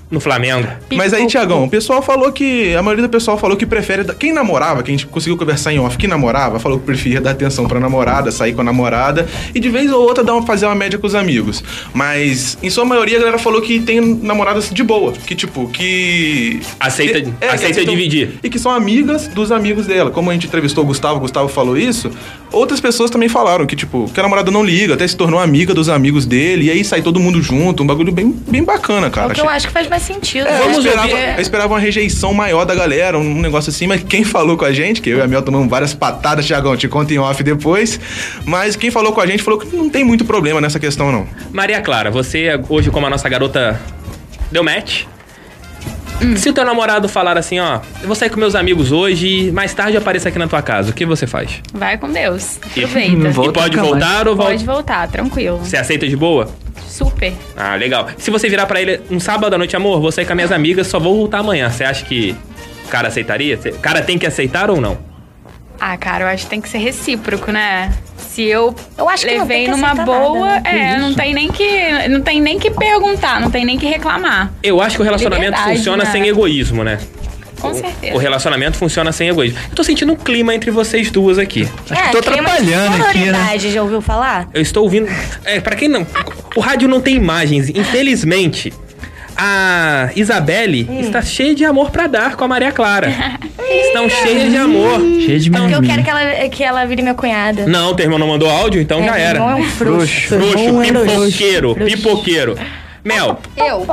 Speaker 2: no Flamengo.
Speaker 21: Mas aí, Tiagão, o pessoal falou que. A maioria do pessoal falou que prefere. da- Quem namorava, que a gente conseguiu conversar em off, que namorava, falou que preferia dar atenção pra namorada, sair com a namorada e de vez ou outra dar uma, fazer uma média com os amigos. Mas, em sua maioria, a galera falou que tem namoradas de boa, que tipo, que.
Speaker 2: Aceita-
Speaker 21: que
Speaker 2: aceita
Speaker 21: aceitam-
Speaker 2: dividir.
Speaker 21: E que são amigas dos amigos dela. Como a gente entrevistou o Gustavo, o Gustavo falou isso, outras pessoas também falaram que, tipo, que a namorada não liga, até se tornou amiga dos amigos dele, e aí sai todo mundo junto, um bagulho bem, bem bacana,
Speaker 7: É O
Speaker 21: cara.
Speaker 7: que
Speaker 21: Achei-
Speaker 7: eu acho que faz mais sentido.
Speaker 21: é,
Speaker 7: né?
Speaker 21: eu, esperava, eu
Speaker 7: Porque-
Speaker 21: esperava uma rejeição maior da galera, um negócio assim, mas quem falou com a gente, que eu e a Mel tomamos várias patadas, Tiagão, te conto em off depois, mas quem falou com a gente falou que não tem muito problema nessa questão, não.
Speaker 2: Maria Clara, você hoje como a nossa garota deu match.
Speaker 10: Hum.
Speaker 2: Se o teu namorado falar assim, ó, eu vou sair com meus amigos hoje, mais tarde eu apareço aqui na tua casa, o que você faz?
Speaker 10: Vai com Deus.
Speaker 2: E-
Speaker 10: Aproveita.
Speaker 2: E pode voltar ou volta?
Speaker 10: Pode voltar, tranquilo.
Speaker 2: Você aceita de boa?
Speaker 10: Super.
Speaker 2: Ah, legal. Se você virar pra ele um sábado à noite, amor, vou sair com as minhas amigas, só vou voltar amanhã. Você acha que o cara aceitaria? Cê- O cara tem que aceitar ou não?
Speaker 10: Ah, cara, eu acho que tem que ser recíproco, né? Se eu,
Speaker 7: eu acho que não
Speaker 10: levei
Speaker 7: tem que
Speaker 10: numa
Speaker 7: aceitar
Speaker 10: boa,
Speaker 7: nada, né?
Speaker 10: é,
Speaker 7: Que
Speaker 10: não
Speaker 7: isso?
Speaker 10: tem nem que não tem nem que perguntar, não tem nem que reclamar.
Speaker 2: Eu acho que o relacionamento
Speaker 10: Liberdade,
Speaker 2: funciona
Speaker 10: né?
Speaker 2: sem egoísmo, né?
Speaker 10: Com certeza.
Speaker 2: O relacionamento funciona sem egoísmo. Eu tô sentindo um clima entre vocês duas aqui.
Speaker 7: É,
Speaker 2: tô
Speaker 7: clima de
Speaker 2: atrapalhando aqui, né?
Speaker 7: sororidade, já ouviu falar?
Speaker 2: Eu estou ouvindo. É, pra quem não. O rádio não tem imagens, infelizmente. A Isabelle
Speaker 7: Hum.
Speaker 2: está cheia de amor pra dar com a Maria Clara. Estão cheias de amor. Cheia de
Speaker 7: É porque eu quero que ela, que ela vire minha cunhada.
Speaker 2: Não, teu irmão não mandou áudio, então
Speaker 7: É,
Speaker 2: já
Speaker 7: meu
Speaker 2: era.
Speaker 7: irmão é um frouxo. Meu
Speaker 2: Frouxo,
Speaker 7: irmão é frouxo.
Speaker 2: pipoqueiro, pipoqueiro. Mel,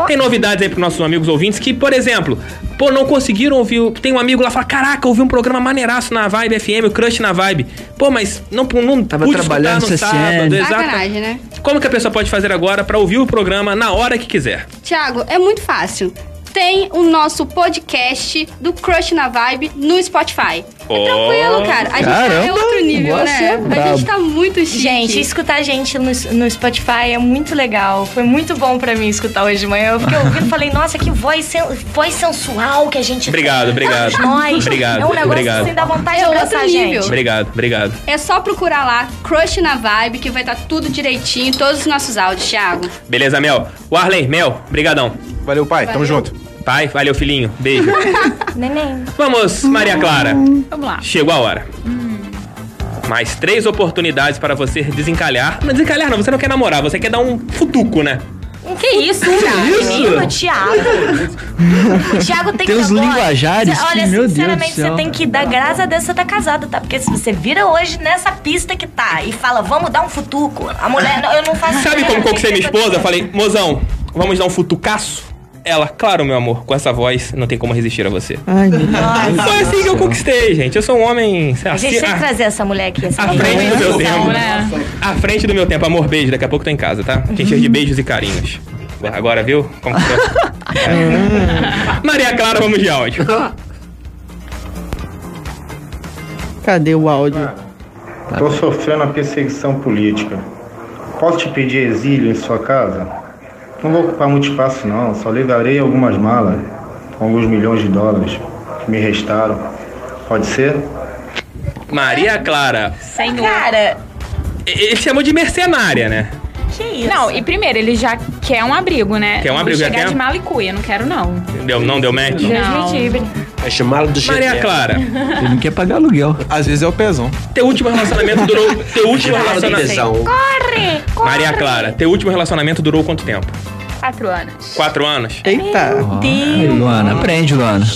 Speaker 2: tem novidades aí pros nossos amigos ouvintes que, por exemplo, pô, não conseguiram ouvir. o- Tem um amigo lá que fala: Caraca, ouvi um programa maneiraço na Vibe FM, o Crush na Vibe. Pô, mas não, não Tava pude escutar
Speaker 11: trabalhando
Speaker 2: no
Speaker 11: CSN.
Speaker 2: sábado. Exato.
Speaker 20: Sacanagem, né?
Speaker 2: Como que a pessoa pode fazer agora pra ouvir o programa na hora que quiser?
Speaker 20: Tiago, é muito fácil. Tem o nosso podcast do Crush na Vibe no Spotify. É Tranquilo, cara. A gente tá é outro nível, né? a gente tá muito chique.
Speaker 7: Gente, escutar a gente no, no Spotify é muito legal. Foi muito bom pra mim escutar hoje de manhã. Eu fiquei ouvindo e falei, nossa, que voz, sen- voz sensual que a gente
Speaker 2: Obrigado, obrigado.
Speaker 7: Todos nós.
Speaker 2: Obrigado,
Speaker 7: É um negócio
Speaker 2: obrigado.
Speaker 7: assim, dá vontade
Speaker 20: É
Speaker 7: de
Speaker 20: outro
Speaker 7: abraçar a
Speaker 20: nível.
Speaker 7: gente.
Speaker 2: Obrigado, obrigado.
Speaker 20: É só procurar lá, Crush na Vibe, que vai estar tudo direitinho, todos os nossos áudios, Thiago.
Speaker 2: Beleza, Mel? O Arlen, Mel, brigadão.
Speaker 21: Valeu, pai.
Speaker 20: Tamo Valeu.
Speaker 2: junto. Pai, valeu, filhinho. Beijo.
Speaker 7: Neném.
Speaker 2: Vamos, Maria Clara.
Speaker 10: Vamos lá.
Speaker 2: Chegou a hora. Mais três oportunidades para você desencalhar. Não desencalhar não, você não quer namorar, você quer dar um futuco, né?
Speaker 7: Que isso,
Speaker 2: Que
Speaker 7: Thiago?
Speaker 2: isso?
Speaker 7: Menino, Thiago. O Thiago tem,
Speaker 11: Tem
Speaker 7: que...
Speaker 11: uns
Speaker 7: agora-
Speaker 11: linguajares
Speaker 7: Cê-
Speaker 11: que,
Speaker 7: Olha,
Speaker 11: meu Deus do
Speaker 7: sinceramente,
Speaker 11: céu.
Speaker 7: você tem que dar graças a Deus que você tá casado, tá? Porque se você vira hoje nessa pista que tá e fala, vamos dar um futuco, a mulher... não, Eu não faço...
Speaker 2: Sabe como conquistei minha esposa? Eu Falei, mozão, vamos dar um futucaço? Ela, claro, meu amor, com essa voz não tem como resistir a você.
Speaker 6: Ai, meu Deus.
Speaker 2: Foi assim que eu conquistei, gente. Eu sou um homem. sei lá, ah,
Speaker 7: A gente
Speaker 2: ci-
Speaker 7: tem que
Speaker 2: à-
Speaker 7: trazer essa mulher aqui. Essa
Speaker 2: à
Speaker 7: mulher.
Speaker 2: frente do meu tempo.
Speaker 7: né?
Speaker 2: À frente do meu tempo, amor, beijo. Daqui a pouco tô em casa, tá? Te encher de beijos e carinhos. Agora, viu? Como que eu- É. Maria Clara, vamos de áudio.
Speaker 6: Cadê o áudio?
Speaker 18: Tô sofrendo a perseguição política. Posso te pedir exílio em sua casa? Não vou ocupar muito espaço não, só levarei algumas malas, com alguns milhões de dólares que me restaram. Pode ser?
Speaker 2: Maria Clara.
Speaker 10: Senhor.
Speaker 7: Cara,
Speaker 2: E- Ele chamou de mercenária, né?
Speaker 7: que isso?
Speaker 10: Não, e primeiro, ele já quer um abrigo, né?
Speaker 2: Quer um
Speaker 10: Não
Speaker 2: abrigo, já
Speaker 10: chegar
Speaker 2: quer?
Speaker 10: de mala e cuia, não quero não.
Speaker 2: Deu, não deu match?
Speaker 10: Não.
Speaker 5: É chamá-lo do
Speaker 2: Maria
Speaker 5: GTR.
Speaker 2: Clara.
Speaker 21: Ele não quer pagar aluguel. Às vezes é o pezão.
Speaker 2: Teu último relacionamento durou. Teu último
Speaker 5: Chamá-lo de tesão.
Speaker 2: relacionamento.
Speaker 10: Corre! corre.
Speaker 2: Maria Clara, teu último relacionamento durou quanto tempo?
Speaker 10: Quatro anos.
Speaker 2: Quatro anos?
Speaker 6: Eita.
Speaker 11: Ai, Luana, aprende, Luana.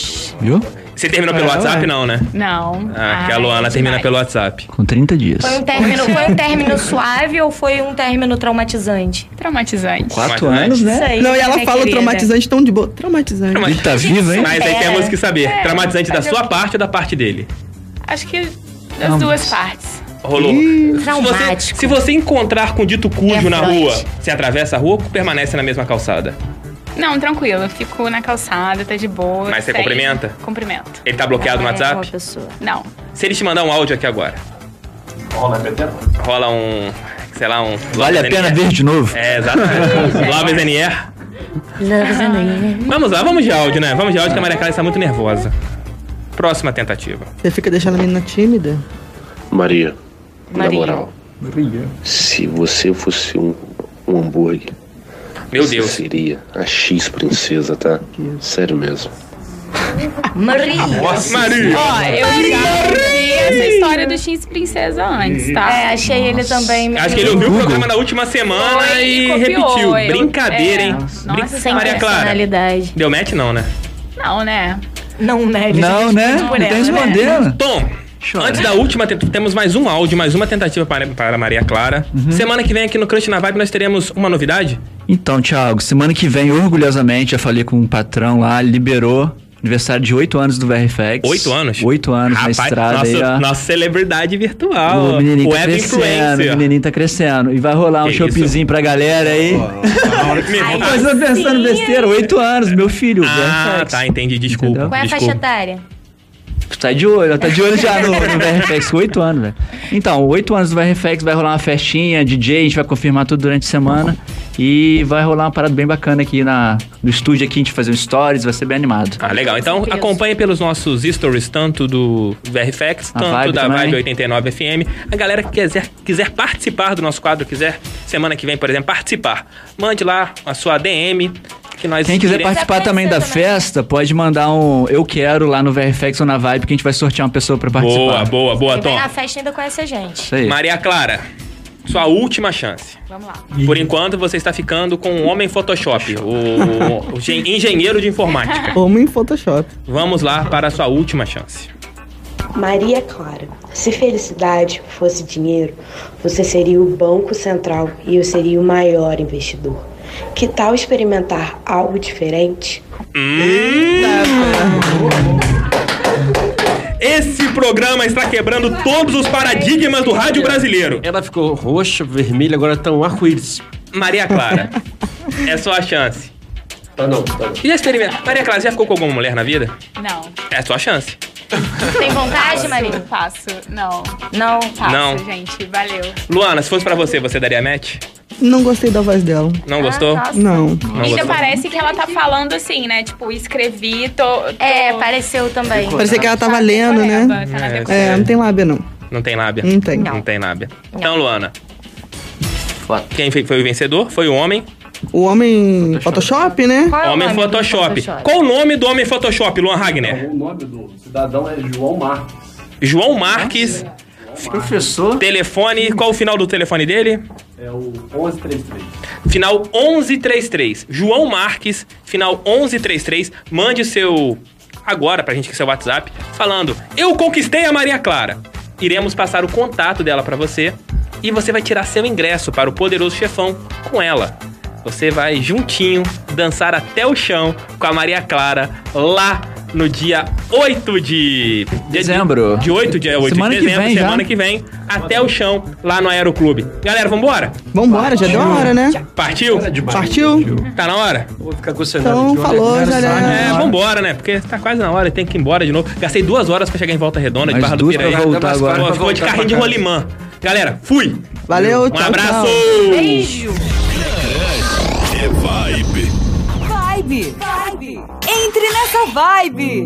Speaker 11: Viu?
Speaker 2: Você terminou pelo
Speaker 11: É,
Speaker 2: WhatsApp,
Speaker 11: ué.
Speaker 2: não, né?
Speaker 10: Não.
Speaker 2: Ah, que a Luana termina pelo WhatsApp.
Speaker 11: Com 30 dias.
Speaker 7: Foi um término, foi um término suave ou foi um término traumatizante?
Speaker 10: Traumatizante.
Speaker 11: Quatro anos, né?
Speaker 7: Isso aí,
Speaker 6: Não, é e ela
Speaker 7: minha
Speaker 6: fala
Speaker 7: querida.
Speaker 6: traumatizante tão de boa. Traumatizante.
Speaker 2: Mas,
Speaker 11: tá vivo, hein?
Speaker 2: Mas aí
Speaker 10: É.
Speaker 2: temos que saber,
Speaker 10: É,
Speaker 2: traumatizante da
Speaker 10: mas eu-
Speaker 2: sua parte ou da parte dele?
Speaker 10: Acho que das
Speaker 2: Ambos.
Speaker 10: duas partes.
Speaker 2: Rolou. Se você,
Speaker 10: Traumático.
Speaker 2: se você encontrar com dito cujo
Speaker 10: É
Speaker 2: na
Speaker 10: Freud.
Speaker 2: rua, você atravessa a rua ou permanece na mesma calçada?
Speaker 10: Não, tranquilo. Eu fico na calçada, tá de boa.
Speaker 2: Mas você
Speaker 10: segue.
Speaker 2: cumprimenta?
Speaker 10: Cumprimento.
Speaker 2: Ele tá bloqueado
Speaker 10: é
Speaker 7: é
Speaker 2: no WhatsApp?
Speaker 10: Não.
Speaker 2: Se ele te mandar um áudio aqui agora,
Speaker 5: Rola, Peter.
Speaker 2: rola um. sei lá, um.
Speaker 11: Vale a
Speaker 2: Love
Speaker 11: pena
Speaker 2: NR.
Speaker 11: ver de novo.
Speaker 2: É, exatamente. Love is NR. Vamos lá, vamos de áudio, né? Vamos de áudio que a Maria Clara está muito nervosa. Próxima tentativa.
Speaker 6: Você fica deixando a menina tímida?
Speaker 22: Maria, na
Speaker 6: Maria.
Speaker 22: moral, se você fosse um, um hambúrguer,
Speaker 2: Meu
Speaker 22: você
Speaker 2: Deus.
Speaker 22: seria a X princesa, tá? Sério mesmo.
Speaker 7: Maria.
Speaker 22: Nossa Maria.
Speaker 10: Ó, eu já ouvi essa é história do X Princesa antes, tá?
Speaker 7: É, achei ele também.
Speaker 2: Acho
Speaker 11: Uhum.
Speaker 2: que ele ouviu o programa na última semana
Speaker 7: Foi,
Speaker 2: e
Speaker 7: copiou,
Speaker 2: repetiu.
Speaker 7: eu-
Speaker 2: Brincadeira,
Speaker 7: é.
Speaker 2: hein?
Speaker 7: Nossa,
Speaker 2: Brinca-
Speaker 7: sem
Speaker 2: Maria Clara.
Speaker 7: personalidade.
Speaker 2: Deu match, não, né?
Speaker 10: Não, né?
Speaker 7: Não, né? Ele já
Speaker 11: Não, né?
Speaker 7: responde por
Speaker 11: Não tem
Speaker 7: ela, né?
Speaker 11: escondendo.
Speaker 2: Tom, antes da última, te- temos mais um áudio, mais uma tentativa para, para Maria Clara.
Speaker 11: Uhum.
Speaker 2: Semana que vem aqui no Crush na Vibe nós teremos uma novidade.
Speaker 11: Então, Thiago, semana que vem, orgulhosamente, já falei com o patrão um lá, liberou Aniversário de 8 anos do VRFX.
Speaker 2: Oito anos?
Speaker 11: 8 anos na estrada
Speaker 2: nossa,
Speaker 11: aí, ó.
Speaker 2: nossa celebridade virtual.
Speaker 11: O menininho tá
Speaker 2: web
Speaker 11: crescendo, o
Speaker 2: influencer.
Speaker 11: menininho tá crescendo. E vai rolar um
Speaker 2: Que
Speaker 11: shoppingzinho pra galera aí. Mas eu pensando besteira, 8 anos, meu filho.
Speaker 2: Ah, tá, entendi, desculpa.
Speaker 7: Qual é a faixa
Speaker 11: Desculpa.
Speaker 7: etária?
Speaker 11: Tu tá de olho, ela tá de olho já no, no VRFX com 8 anos, velho. Então, 8 anos do VRFX, vai rolar uma festinha, DJ, a gente vai confirmar tudo durante a semana. E vai rolar uma parada bem bacana aqui na, no estúdio aqui, a gente fazer um stories, vai ser bem animado.
Speaker 2: Ah, legal. Então acompanha pelos nossos stories, tanto do VRFX,
Speaker 11: A
Speaker 2: tanto
Speaker 11: Vibe
Speaker 2: da
Speaker 11: também.
Speaker 2: Vibe 89 FM. A galera que quiser, quiser participar do nosso quadro, quiser semana que vem, por exemplo, participar, mande lá a sua DM. Que nós
Speaker 11: Quem quiser
Speaker 2: iremos-
Speaker 11: participar também da festa, pode mandar um eu quero lá no VRFX ou na Vibe, que a gente vai sortear uma pessoa pra participar.
Speaker 2: Boa, boa, boa,
Speaker 7: Quem vai
Speaker 2: Tom.
Speaker 7: na festa ainda conhece a gente.
Speaker 11: Isso aí.
Speaker 2: Maria Clara, sua última chance.
Speaker 7: Vamos lá.
Speaker 2: Por enquanto, você está ficando com o Homem Photoshop, o, o gen- engenheiro de informática.
Speaker 6: Homem Photoshop.
Speaker 2: Vamos lá para a sua última chance.
Speaker 8: Maria Clara, se felicidade fosse dinheiro, você seria o Banco Central e eu seria o maior investidor. Que tal experimentar algo diferente?
Speaker 2: Hum. Esse programa está quebrando todos os paradigmas do rádio brasileiro.
Speaker 5: Ela ficou roxa, vermelha, agora tá um arco-íris.
Speaker 2: Maria Clara, é sua chance.
Speaker 5: Tá não, tá não.
Speaker 2: Já experimenta. Maria Clara, já ficou com alguma mulher na vida?
Speaker 10: Não.
Speaker 2: É sua chance.
Speaker 7: Tem vontade,
Speaker 10: Faço,
Speaker 7: Maria?
Speaker 10: Faço. Não.
Speaker 7: Não.
Speaker 10: Faço,
Speaker 2: Não.
Speaker 10: gente. Valeu.
Speaker 2: Luana, se fosse pra você, você daria match?
Speaker 6: Não gostei da voz dela.
Speaker 2: Não gostou?
Speaker 6: Não.
Speaker 2: Não
Speaker 10: Ainda
Speaker 2: gostou.
Speaker 10: parece que ela tá falando assim, né? Tipo, escrevi, tô. É,
Speaker 7: pareceu também.
Speaker 6: Parecia que ela tava lendo, né? É, não tem lábia, não.
Speaker 2: Não tem lábia?
Speaker 6: Não tem.
Speaker 2: Não,
Speaker 6: Não.
Speaker 2: tem lábia. Então, Luana. Quem foi, foi o vencedor? Foi o homem.
Speaker 6: O homem Photoshop, né?
Speaker 2: homem Photoshop. Qual o nome do homem Photoshop, Luan Ragner?
Speaker 9: O nome do cidadão é João Marques.
Speaker 2: João Marques.
Speaker 11: Professor.
Speaker 2: Telefone. Qual o final do telefone dele?
Speaker 9: É o 1133.
Speaker 2: Final 1133. João Marques, final 1133. Mande seu. Agora pra gente que é seu WhatsApp, falando: Eu conquistei a Maria Clara. Iremos passar o contato dela pra você e você vai tirar seu ingresso para o poderoso chefão com ela. Você vai juntinho dançar até o chão com a Maria Clara lá no dia 8 de dezembro. De 8 de 8
Speaker 11: Semana
Speaker 2: de
Speaker 11: que
Speaker 2: dezembro,
Speaker 11: vem já.
Speaker 2: semana que vem, até o chão lá no Aeroclube. Galera, vambora?
Speaker 6: Vambora, já deu a hora, né?
Speaker 2: Partiu?
Speaker 6: Partiu?
Speaker 2: Tá na hora?
Speaker 5: Vou ficar com o
Speaker 6: cenário Então, de olho. falou, galera.
Speaker 2: É, vambora, né? Porque tá quase na hora, tem que ir embora de novo. Gastei duas horas pra chegar em Volta Redonda, de
Speaker 11: Mais
Speaker 2: Barra do
Speaker 11: duas pra
Speaker 2: Piraí.
Speaker 11: voltar
Speaker 2: Pô,
Speaker 11: agora.
Speaker 2: Ficou de
Speaker 11: Pra
Speaker 2: carrinho de
Speaker 11: casa.
Speaker 2: rolimã. Galera, fui!
Speaker 6: Valeu,
Speaker 2: Um
Speaker 6: tchau,
Speaker 2: abraço!
Speaker 6: tchau.
Speaker 7: Beijo!
Speaker 1: É vibe.
Speaker 23: Vibe! Vibe! Entre nessa vibe!